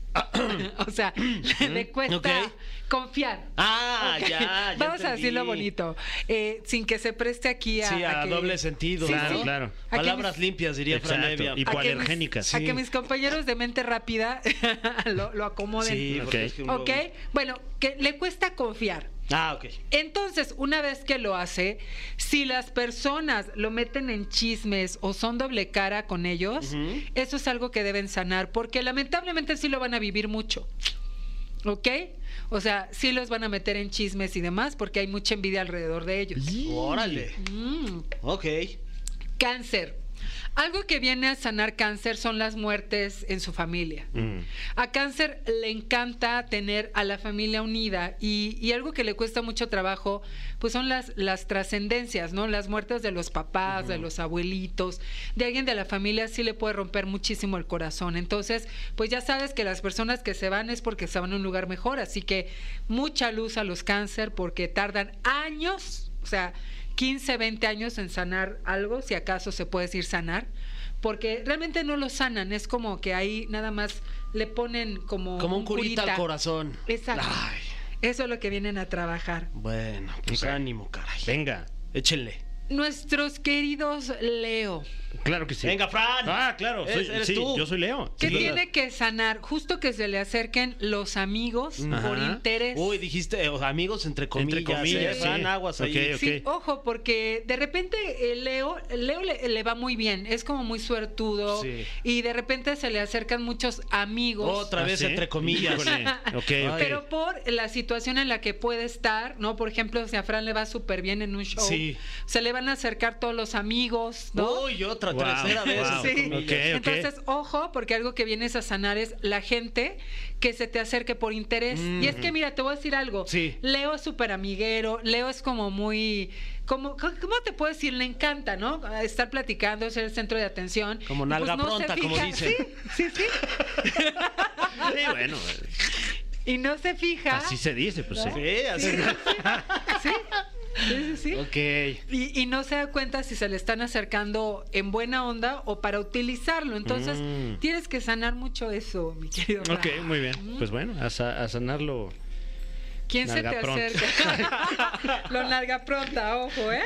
o sea, *coughs* le cuesta Ok. confiar. Ah, Ok, ya, ya. *laughs* Vamos a entendí. decirlo bonito, eh, sin que se preste aquí a, Sí, a, a que- doble sentido. Sí, claro, sí. claro. A que Palabras mis- limpias, diría Fran Exacto. Y Evia. a que mis- hipoalergénicas. A que mis compañeros de mente rápida *laughs* lo, lo acomoden. Sí, porque Ok. es que un ¿Ok? lobo- Bueno, que le cuesta confiar. Ah, ok. Entonces, una vez que lo hace, si las personas lo meten en chismes o son doble cara con ellos, Ujú. eso es algo que deben sanar, porque lamentablemente sí lo van a vivir mucho. ¿Ok? O sea, sí los van a meter en chismes y demás, porque hay mucha envidia alrededor de ellos. Órale. Mm. Ok. Cáncer. Algo que viene a sanar cáncer son las muertes en su familia. A cáncer le encanta tener a la familia unida y, y algo que le cuesta mucho trabajo, pues son las, las trascendencias, ¿no? Las muertes de los papás, de los abuelitos, de alguien de la familia sí le puede romper muchísimo el corazón. Entonces, pues ya sabes que las personas que se van es porque se van a un lugar mejor, así que mucha luz a los cáncer porque tardan años, o sea, 15, 20 años en sanar algo, si acaso se puede decir sanar, porque realmente no lo sanan, es como que ahí nada más le ponen como, Como un curita al corazón. Exacto. Ay, Eso es lo que vienen a trabajar. bueno, pues Ok. ánimo, caray. Venga, Échenle. Nuestros queridos Leo, claro que sí. Venga, Fran. Ah, claro, soy- Eres- eres sí, tú. yo soy Leo. ¿qué Sí. tiene que sanar? Justo que se le acerquen los amigos por Ajá. interés. Uy, dijiste eh, amigos entre comillas. Entre comillas, eh, Fran, sí. aguas ahí. Ok, ok. Sí, ojo, porque de repente eh, Leo, Leo le, le va muy bien, es como muy suertudo Sí. y de repente se le acercan muchos amigos. Otra ¿Ah, vez sí? entre comillas. Híjole, ok, ok. Pero por la situación en la que puede estar, ¿no? Por ejemplo, si a Fran le va súper bien en un show, Sí. se le van a acercar todos los amigos, ¿no? Uy, otra Wow, tercera vez. wow. entre Sí. comillas. Ok, ok. Entonces, ojo, porque algo que vienes a sanar es la gente que se te acerque por interés. Y es que, mira, te voy a decir algo. Mm. Sí. Leo es súper amiguero, Leo es como muy... Como, co- ¿Cómo te puedo decir? Le encanta, ¿no? Estar platicando, ser el centro de atención. Como Y, pues nalga no se pronta, como fija- dicen. Sí, sí, sí. Sí, bueno, Y no se fija. así se dice, pues sí. Sí, así. Sí, sí, sí, sí. Ok. Y, y no se da cuenta si se le están acercando en buena onda o para utilizarlo. Entonces, Mm. tienes que sanar mucho eso, mi querido. Ra. Ok, muy bien. Pues bueno, a, sa- a sanarlo. ¿Quién Nalga se te pronta. acerca? *laughs* Lo larga pronta, ojo, ¿eh?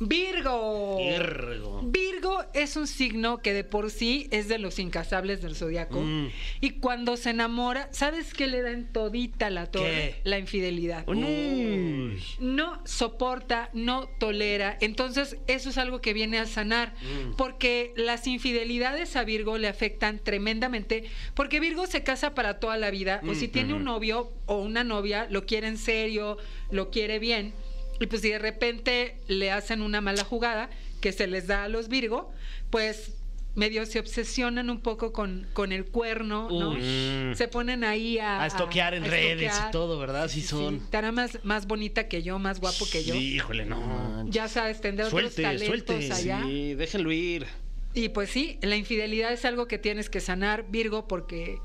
Virgo. Virgo. Virgo es un signo que de por sí es de los incasables del zodiaco. Mm. Y cuando se enamora, ¿sabes qué le da en todita la torre? ¿Qué? La infidelidad. Uy. no soporta, no tolera. Entonces, eso es algo que viene a sanar, Mm. porque las infidelidades a Virgo le afectan tremendamente, porque Virgo se casa para toda la vida, o Mm, si tiene un novio o una novia, lo quiere en serio, lo quiere bien, y pues si de repente le hacen una mala jugada que se les da a los Virgo, pues medio se obsesionan un poco con, con el cuerno, ¿no? Uy. Se ponen ahí a... A estoquear en Mm. a redes y estoquear. todo, ¿verdad? Sí, son. Estará más, más bonita que yo, más guapo que yo. Híjole, no. Ya sabes, tendrá Suelte, otros talentos suelte, allá. Sí, déjenlo ir. Y pues sí, la infidelidad es algo que tienes que sanar, Virgo, porque...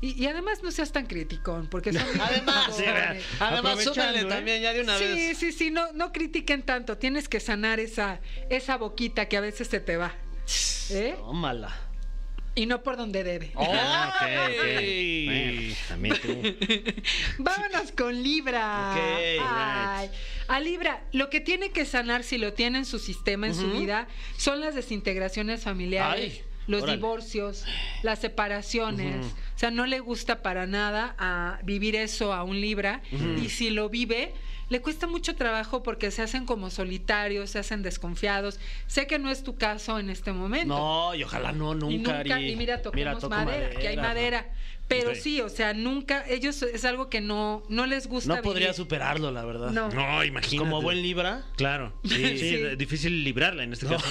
Y, y además no seas tan criticón, porque son *laughs* bien Además, criticones. sí, ¿verdad? además, Aprovechando, súmale ¿eh? también ya de una sí, vez. sí, sí, no, no critiquen tanto. Tienes que sanar esa, esa boquita que a veces se te va. ¿Eh? Tómala. Y no por donde debe. Ah, ok, ok. ¡Ay! Bueno, también tú. *laughs* Vámonos con Libra. Ok, Ay. right. A Libra, lo que tiene que sanar si lo tiene en su sistema, en su vida, son las desintegraciones Ay, familiares. los órale. divorcios, las separaciones, o sea, no le gusta para nada a vivir eso a un Libra y si lo vive, le cuesta mucho trabajo porque se hacen como solitarios, se hacen desconfiados. Sé que no es tu caso en este momento. No, y ojalá no, nunca. Y nunca, Ari. y mira, tocamos toco madera, que hay madera. madera. Pero Sí. sí, o sea, nunca, ellos es algo que no, no les gusta. No podría vivir. superarlo, la verdad. No. No, imagínate. Como buen libra. Claro. Sí, sí, Sí. de- difícil librarla en este caso.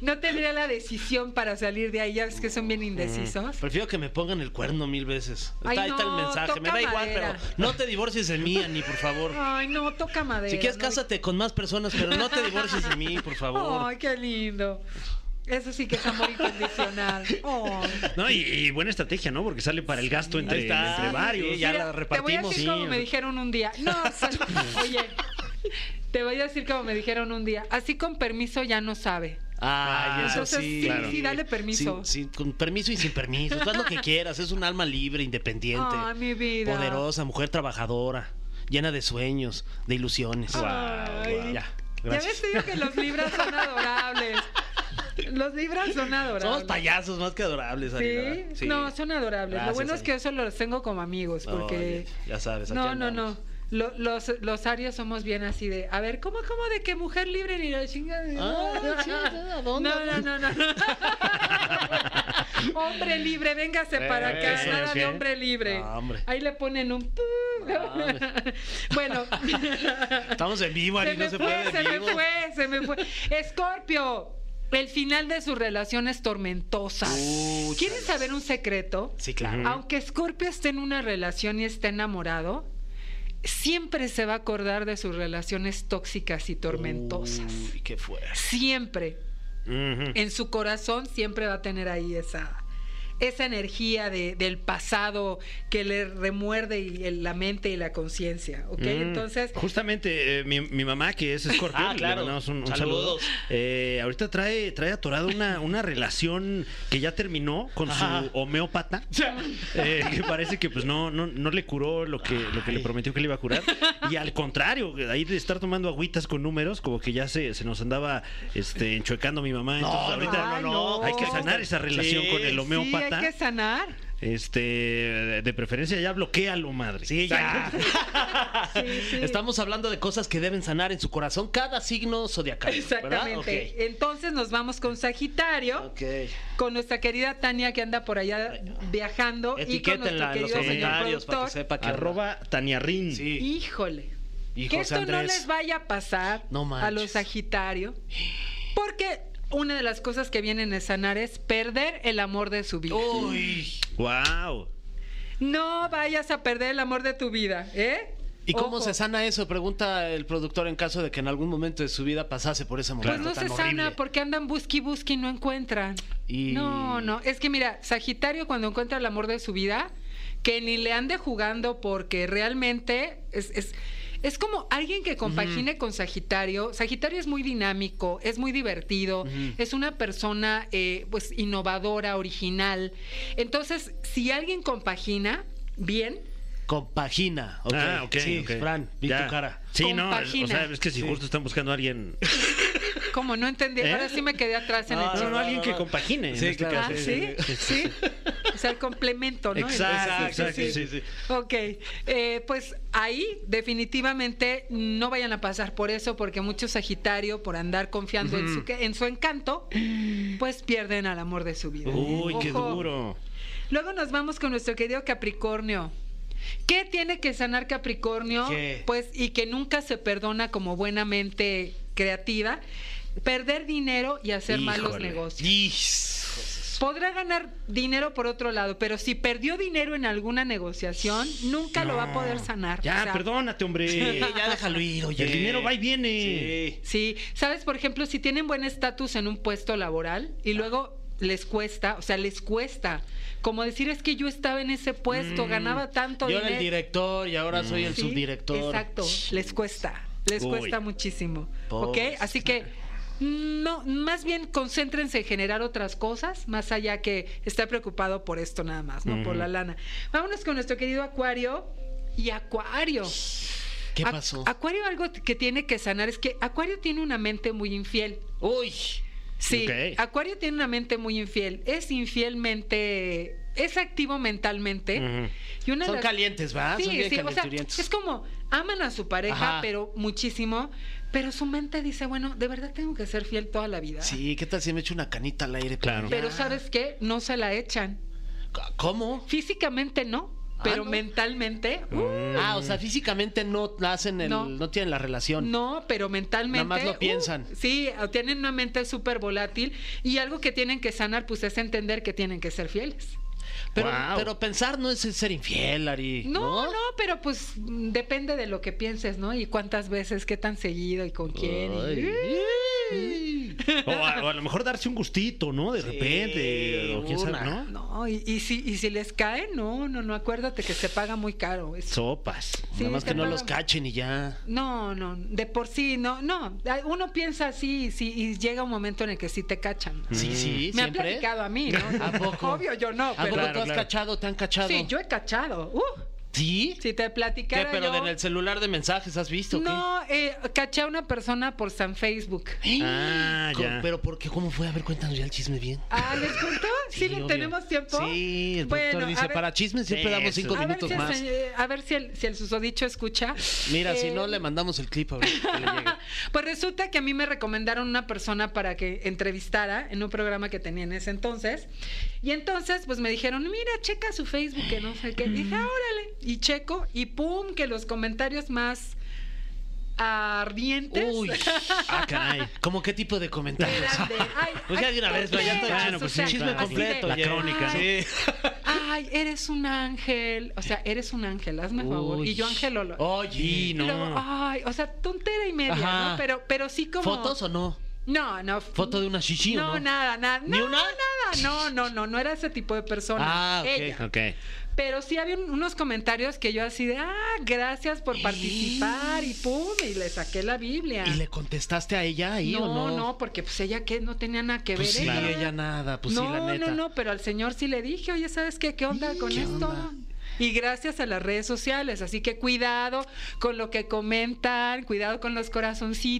No tendría la decisión para salir de ahí, ya ves que son bien indecisos. Prefiero que me pongan el cuerno mil veces. Está, Ay, ahí está el no, mensaje. Me toca da igual, madera. pero no te divorcies de mí, Ani, por favor. Ay, no, toca madera. Si quieres, ¿no? cásate con más personas, pero no te divorcies de mí, por favor. Ay, qué lindo. Eso sí que es *laughs* amor incondicional. 哦 Ay. No, y, y buena estrategia, ¿no? Porque sale para el gasto entre, Ahí está. entre varios. Sí, ya Mira, la Te voy a repartimos. decir Sí, como me dijeron un día. No, o *laughs* sea, oye, te voy a decir como me dijeron un día. Así con permiso ya no sabe. Ay, eso Entonces, sí. sí, sí, dale permiso. Sí, sí, con permiso y sin permiso. Tú haz lo que quieras. Es un alma libre, independiente. Ay, mi vida. Poderosa, mujer trabajadora, llena de sueños, de ilusiones. Ay. Guau, Ya, Ya gracias. ves, te digo que los libras son adorables. Los libras son adorables. Somos payasos más que adorables, Ari, ¿verdad? ¿Sí? no, son adorables. Gracias, Lo bueno es Ari. que eso los tengo como amigos, porque... Oye, ya sabes, aquí no, no, no. andamos. lo- los, los arios somos bien así de, a ver, ¿cómo, cómo de que mujer libre ni la chingada? Ah, *laughs* sí, ¿a dónde? No, no, no, no. *laughs* no. hombre libre, véngase para Eh, acá, eso nada es, de ¿eh? hombre libre. Ah, hombre. Ahí le ponen un... pu, ¿no? Ah, *laughs* bueno, Estamos en vivo, se Ari, me no se fue, puede. se en me vivo. fue, se me fue. Escorpio, el final de sus relaciones tormentosas. Úchalas. ¿Quieren saber un secreto? Sí, claro. Aunque Scorpio esté en una relación y esté enamorado, siempre se va a acordar de sus relaciones tóxicas y tormentosas. Uy, qué fuerte. Siempre. Ujú. En su corazón siempre va a tener ahí esa, esa energía de- del pasado que le remuerde y el- la mente y la conciencia. ¿Ok? Mm. Entonces, Justamente eh, mi, mi mamá, que *laughs* es escorpión, Ah, le claro. mandamos un, un saludo. Saludos. eh, ahorita trae, trae atorado una, una relación que ya terminó con Ajá. su *laughs* homeópata. eh, que parece que pues no, no, no le curó lo que, lo que le Ay. prometió que le iba a curar. Y al contrario, ahí de estar tomando agüitas con números, como que ya se, se nos andaba este, enchuecando mi mamá. Entonces, ahorita no, no, no. hay que sanar esa relación Sí. con el sí, hay homeópata. que sanar. Este, de- de preferencia ya bloquealo, madre. Sí, ya. Sí, sí. *laughs* Estamos hablando de cosas que deben sanar en su corazón cada signo zodiacal. Exactamente. Entonces nos vamos con Sagitario, ¿verdad? Ok. Ok. con nuestra querida Tania que anda por allá viajando. y con nuestro Etiquétenla en los querido señor comentarios para que productor. sepa que Arroba Tania Rin. Sí. Híjole. Y que José esto no Andrés. les vaya a pasar No a manches. los Sagitario. Porque una de las cosas que vienen a sanar es perder el amor de su vida. Uy. Wow. No vayas a perder el amor de tu vida, ¿eh? ¿Y cómo Ojo. se sana eso? Pregunta el productor en caso de que en algún momento de su vida pasase por ese Pues momento no tan se sana horrible. porque andan busqui busqui y no encuentran. Y- No, no. Es que mira, Sagitario cuando encuentra el amor de su vida, que ni le ande jugando porque realmente es, es, es como alguien que compagine con Sagitario. Sagitario es muy dinámico, es muy divertido, es una persona eh, pues innovadora, original. Entonces, si alguien compagina, bien. Compagina. ok. Ah, ok. Sí, ok. Fran, vi Ya. tu cara. Sí, no, es- o Compagina. sea, es que si justo están buscando a *laughs* alguien. Como no entendí, ¿Eh? ahora sí me quedé atrás en el Ah, No, chat. no, alguien no, que no. compagine. Sí, en este claro. caso. Ah, sí, sí. *laughs* O sea, el complemento, ¿no? Exacto, Exacto, exacto. sí, sí. sí, sí. Ok, eh, pues ahí definitivamente no vayan a pasar por eso, porque muchos Sagitario, por andar confiando en, su, en su encanto, pues pierden al amor de su vida. Uy, qué Ojo. duro. Luego nos vamos con nuestro querido Capricornio. ¿Qué tiene que sanar Capricornio? ¿Qué? Pues, y que nunca se perdona como buenamente creativa, perder dinero y hacer malos Híjole. negocios. Hijos. Podrá ganar dinero por otro lado, pero si perdió dinero en alguna negociación, nunca lo va a poder sanar. Ya, O sea, perdónate, hombre. *laughs* Sí, ya déjalo ir, oye. El dinero va y viene. Sí. Sí, sabes, por ejemplo, si tienen buen estatus en un puesto laboral y luego les cuesta, o sea, les cuesta, como decir es que yo estaba en ese puesto, ganaba tanto Mm. Yo era dinero. el director y ahora soy el Sí, subdirector. Exacto, les cuesta, les Uy. cuesta muchísimo. Pobres. ¿Ok? Así que no, más bien concéntrense en generar otras cosas, más allá que estar preocupado por esto nada más, no por la lana. Vámonos con nuestro querido Acuario y Acuario. ¿Qué Ac- pasó? Acuario algo que tiene que sanar es que Acuario tiene una mente muy infiel. Uy. Sí, Ok. Acuario tiene una mente muy infiel. Es infielmente, es activo mentalmente. Ujú. Y una de Son las- calientes, ¿va? Ah, Son bien sí, sí, o sea, calenturientos. es como aman a su pareja, Ajá. pero muchísimo, pero su mente dice, bueno, de verdad tengo que ser fiel toda la vida. Sí, ¿qué tal si me echo una canita al aire? por Claro. allá? Pero ¿sabes qué? No se la echan. ¿Cómo? Físicamente no, Ah, pero ¿no? mentalmente, uh, Ah, o sea, físicamente no hacen el, no, No. tienen la relación. no, pero Nada mentalmente. más lo uh, piensan. sí, tienen una mente súper volátil y algo que tienen que sanar, pues es entender que tienen que ser fieles. Pero, Guau. pero pensar no es ser infiel, Ari. No, No, no, pero pues mm, depende de lo que pienses, ¿no? Y cuántas veces, qué tan seguido y con quién. y- Ay. O, a, o a lo mejor darse un gustito, ¿no? De Sí, repente. O quién sabe, ¿no? una. No, y, y si, y si les cae, no, no, no, acuérdate que se paga muy caro. eso. Sopas. Sí, Nada más te que no pagan. los cachen y ya. No, no, de por sí, no, no. Ay, Uno piensa así y, sí, y llega un momento en el que sí te cachan. Sí, sí, Me ha siempre. platicado a mí, *laughs* ¿no? ¿A poco? Obvio, yo no, ¿A poco pero... Claro, te has claro. cachado? ¿Te han cachado? Sí, yo he cachado. Uh, ¿Sí? Si te ¿Qué? platicara ¿Pero yo- en el celular de mensajes has visto? o qué? No, eh, caché a una persona por San Facebook. Ah, Co- ya. ¿Pero por qué? ¿Cómo fue? A ver, cuéntanos ya el chisme bien. Ah, ¿les cuento? ¿Sí, le- obvio. tenemos tiempo? Sí, el productor Bueno, a dice, ver- para chismes siempre Eso. damos cinco a ver, minutos si el, más. se- eh, a ver si el, si el susodicho escucha. Mira, si Eh, no, le mandamos el clip a ver que le llegue. *laughs* Pues resulta que a mí me recomendaron una persona para que entrevistara en un programa que tenía en ese entonces. Y entonces, pues me dijeron, mira, checa su Facebook, que no sé qué. Y dije, "Ah, órale. Y checo, y pum, que los comentarios más ardientes. Uy, ah, caray. ¿Cómo qué tipo de comentarios? *laughs* eran de, "Ay, Pues ya ay, de una vez, ¿por vaya, qué?". Bueno, pues sí, O sea, chisme claro. completo. La así de, crónica, ¿no? "Ay, Sí. *laughs* Ay, eres un ángel. O sea, eres un ángel, hazme favor. Uy. Y yo, Angelolo. Oye, Y luego, no. ay, o sea, tontera y media, Ajá. ¿no? Pero, pero sí como. ¿Fotos o no? No, no. ¿Foto de una shishi o No, no? nada, nada. ¿Ni no, una? nada. No, no, no, no era ese tipo de persona. Ah, ok, Ella. Pero sí había un- unos comentarios que yo así de, ah, gracias por participar y pum, y le saqué la Biblia. ¿Y le contestaste a ella ahí no, o no? no, porque pues ella que no tenía nada que Pues ver. sí, ella nada, pues no, sí, la neta. no, no, pero al señor sí le dije, oye, ¿sabes qué? ¿Qué onda ¿Y con qué esto? onda? Y gracias a las redes sociales, así que cuidado con lo que comentan, cuidado con los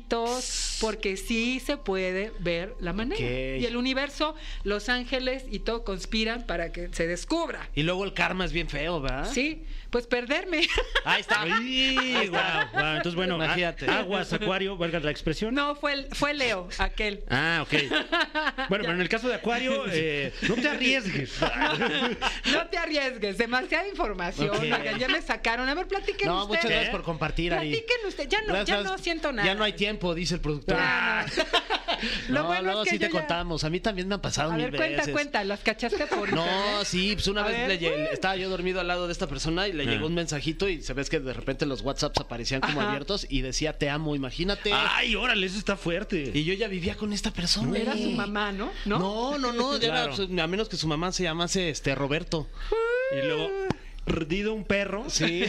corazoncitos, porque sí se puede ver la manera. Ok. Y el universo, los ángeles y todo conspiran para que se descubra. Y luego el karma es bien feo, ¿verdad? Sí, pues perderme. *laughs* Ahí está. Ay, guau, guau. *laughs* Entonces, bueno, a- Imagínate. aguas, acuario, valga la expresión. No, fue, el- fue Leo, aquel. Ah, *laughs* ok. Bueno, pero en el caso de Acuario, eh, no te *laughs* arriesgues. No te arriesgues, demasiada información. Ok. oigan, ya me sacaron. A ver, platiquen No, ustedes. muchas gracias por compartir, Ari. Platiquen ustedes. Ya no, ya Gracias. no siento nada. Ya no hay tiempo, dice el productor. *laughs* Ah, Lo no, bueno es luego que sí yo te ya- contamos. A mí también me han pasado A mil ver, cuenta, veces. cuenta, ¿las cachaste *laughs* por No, internet? sí, pues una A vez ver. le llegué- estaba yo dormido al lado de esta persona y le Ah. llegó un mensajito y se ves que de repente los WhatsApps aparecían como Ajá. abiertos y decía te amo, imagínate. Ay, órale, eso está fuerte. Y yo ya vivía con esta persona. Era su mamá, ¿no? No, no, no, ya era, Claro. pues, a menos que su mamá se llamase este Roberto. Y luego, perdido un perro. Sí.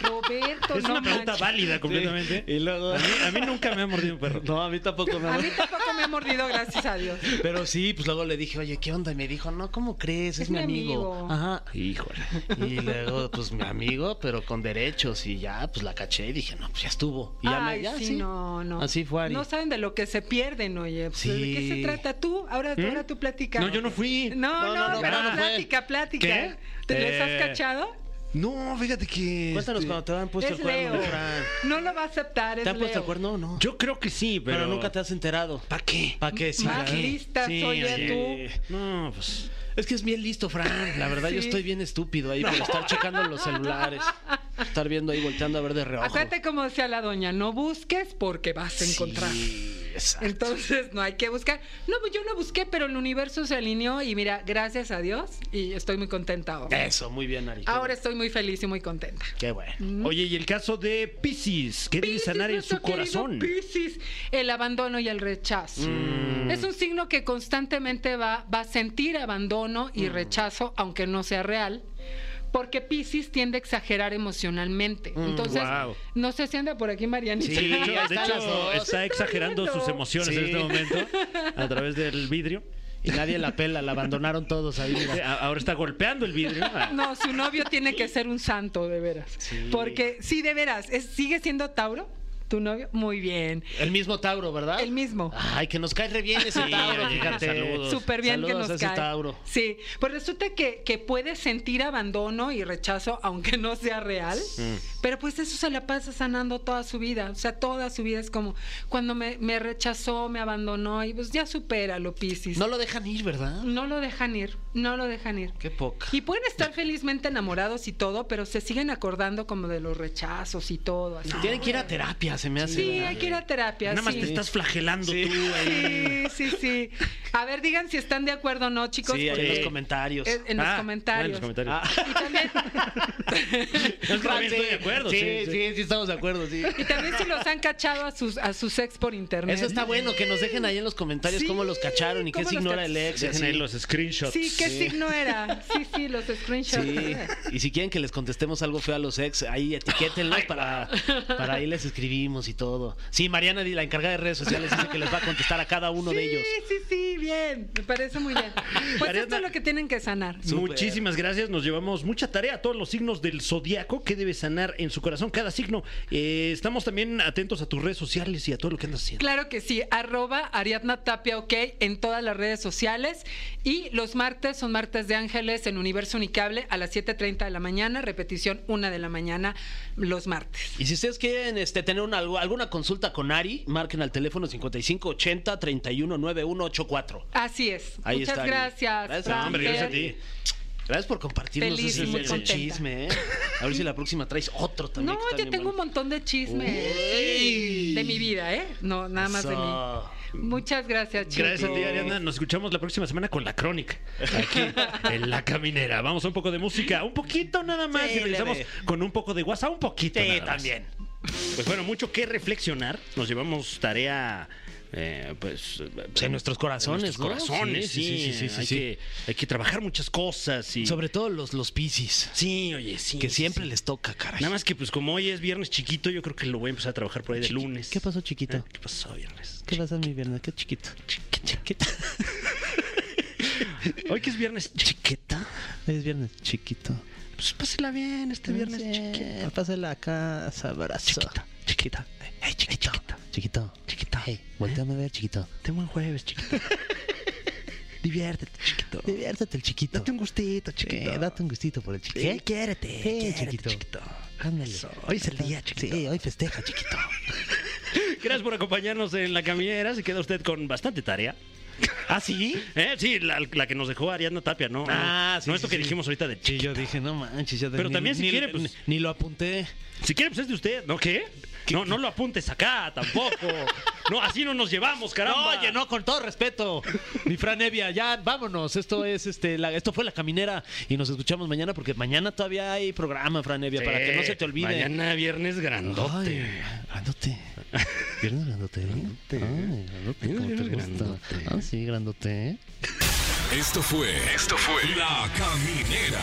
Roberto, Es no una pregunta manches. válida completamente. Y luego A mí, a mí nunca me ha mordido un perro. No, a mí tampoco me A mí tampoco me ha mordido, gracias a Dios. Pero sí, pues luego le dije, "Oye, ¿qué onda?" Y me dijo, "No, ¿cómo crees? Es, mi amigo." Ajá. Híjole. Y luego, pues mi amigo, pero con derechos. Y ya, pues la caché y dije, no, pues ya estuvo. Y ya me- Ay, ya, sí, no, no. Así fue Ari. No saben de lo que se pierden, oye. pues, ¿De qué Sí. ¿Mm? se trata tú? Ahora, ahora tú platicas. No, yo no fui. No, no, No, no, no, pero no, no fue. plática, plática. ¿Qué? ¿Te les Eh, has cachado? No, fíjate que. Cuéntanos este, cuando te han puesto Es el cuerno, Leo. Fran. No lo va a aceptar, es ¿Te han puesto el Leo. cuerno o no? Yo creo que sí, pero, pero. nunca te has enterado. ¿Para qué? ¿Para qué? Sí, Más ¿verdad? listas, oye, oye. No, pues. Es que es bien listo, Fran. La verdad, yo Sí. estoy bien estúpido ahí por estar checando los celulares. Estar viendo ahí, volteando a ver de reojo. Acuérdate como decía la doña, no busques porque vas a Sí, encontrar. exacto. Entonces no hay que buscar. No, pues yo no busqué, pero el universo se alineó y mira, gracias a Dios y estoy muy contenta Eh. ahora. Eso, muy bien, Ari. Qué Ahora bueno. estoy muy feliz y muy contenta. Qué bueno. Oye, y el caso de Piscis, que debe Piscis, sanar en nuestro su corazón. querido Piscis, el abandono y el rechazo. Mm. Es un signo que constantemente va, va a sentir abandono y Mm. rechazo, aunque no sea real. Porque Piscis tiende a exagerar emocionalmente. Entonces, Mm, guau. no sé si anda por aquí Marianita. Sí, de *laughs* hecho, ahí de están hecho, eh, las dos. está exagerando viendo. sus emociones Sí. en este momento a través del vidrio. Y nadie la pela, la abandonaron todos ahí, mira. A- Ahora está golpeando el *laughs* vidrio. No, su novio tiene que ser un santo, de veras. Sí. Porque, sí, de veras, es- ¿sigue siendo Tauro tu novio? Muy bien. El mismo Tauro, ¿verdad? El mismo. Ay, que nos cae re bien ese Sí, Tauro, oye, fíjate. saludos. Súper bien que Saludos nos a ese cae. Tauro. Sí, pues resulta que, que puede sentir abandono y rechazo, aunque no sea real, pero pues eso se la pasa sanando toda su vida. O sea, toda su vida es como cuando me, me rechazó, me abandonó, y pues ya supera lo Piscis. No lo dejan ir, ¿verdad? no lo dejan ir, no lo dejan ir. Qué poca. Y pueden estar felizmente enamorados y todo, pero se siguen acordando como de los rechazos y todo. Así. Tienen que ir a terapia, se me hace. Ah, Sí, ¿verdad? hay que ir a terapia. Nada más sí. te estás flagelando Sí. tú ahí. Sí, sí, sí. A ver, digan si están de acuerdo o no, chicos. Sí, ahí en porque- los comentarios. Ah. Eh, En los Ah, comentarios. bueno, en los comentarios. *laughs* Y también, Yo también estoy de acuerdo, Sí, sí, sí, sí. sí, estamos de acuerdo, *laughs* sí. y también si los han cachado a sus, a sus ex por internet. Eso está bueno, que nos dejen ahí en los comentarios Sí, cómo los cacharon y qué cómo signo los era el ex. y Dejen así. ahí los screenshots. Sí, ¿qué signo era? Sí, sí, los screenshots. Sí. Y si quieren que les contestemos algo feo a los ex, ahí etiquétenlos para, para ahí les escribimos y todo. Sí, Mariana, la encargada de redes sociales, dice que les va a contestar a cada uno Sí, de ellos. sí, sí, bien, me parece muy bien. Pues esto Ariadna- es lo que tienen que sanar. Súper. Muchísimas gracias, nos llevamos mucha tarea todos los signos del zodiaco que debe sanar en su corazón cada signo. Eh, estamos también atentos a tus redes sociales y a todo lo que andas haciendo. Claro que sí, arroba Ariadna Tapia OK en todas las redes sociales. Y los martes son martes de ángeles en Universo Unicable a las 7.30 de la mañana, repetición 1 de la mañana los martes. Y si ustedes quieren este, tener una- alguna consulta con Ari, marquen al teléfono 5580 319184. Así es. Ahí Muchas está, Ari. gracias. Gracias, Fran, Hombre, gracias a Fer. ti. Gracias por compartirnos Feliz ese, y muy ese contenta. chisme, ¿eh? A ver si la próxima traes otro también. No, que está yo bien tengo un bueno. montón de chismes. Uy. De mi vida, ¿eh? No, nada más de mí. Eso. Muchas gracias, chicos. Gracias a ti, Ariana. Nos escuchamos la próxima semana con la crónica. Aquí en la caminera. Vamos a un poco de música, un poquito nada más. Sí, y regresamos leve. con un poco de WhatsApp, un poquito. Sí, nada más. también. Pues bueno, mucho que reflexionar. Nos llevamos tarea. eh, pues en nuestros corazones, en nuestros ¿no? corazones, sí, sí, sí, sí, sí, hay, sí. Que, hay que trabajar muchas cosas y Sobre todo los, los piscis, sí, oye, sí, que sí, siempre sí. les toca, caray. Nada más que pues como hoy es viernes chiquito, yo creo que lo voy a empezar a trabajar por ahí de Chiqui- lunes. Eh, ¿Qué pasó, chiquito? Ah, ¿Qué pasó viernes? ¿Qué pasa mi viernes? Qué chiquito. Chiquito. Hoy que es viernes chiqueta, Es viernes chiquito. pues pásela bien este viernes chiqueta. Pásala acá, sabroso. Chiquita, chiquita. Hey, chiquito. Chiquito. Chiquita. volteame a ver, chiquito. Ten buen jueves, *laughs* chiquito. Diviértete, chiquito. Diviértete el chiquito. Date un gustito, chiquito. Eh, date un gustito por el chiquito. Sí, quiérete, Sí, quiérete, chiquito. chiquito. Ándale. Eso, hoy es el día, chiquito. Sí, hoy festeja, *laughs* chiquito. Gracias por acompañarnos en la caminera. Se queda usted con bastante tarea. ¿Ah, sí? Eh, sí, la, la que nos dejó Ariadna Tapia, ¿no? Ah, sí, No esto sí, que sí. dijimos ahorita de Sí, chiquita. yo dije, no manches, ya Pero también si quiere, pues- ni lo apunté. Si quiere, pues es de usted, ¿no? ¿Qué? No, no lo apuntes acá *laughs* tampoco. No, así no nos llevamos, caramba. No, oye, no, con todo respeto. *laughs* Mi Fran Evia, ya vámonos. Esto es este, la- esto fue la caminera y nos escuchamos mañana porque mañana todavía hay programa, Fran Evia, Sí, para que no se te olvide. Mañana viernes grandote. Ay, *laughs* grandote. Viernes grandote. ¿eh? Ay, Viernes, grandote. como te viernes gusta. grandote. Ah, sí, grandote. ¿eh? Esto fue. Esto fue. La Caminera.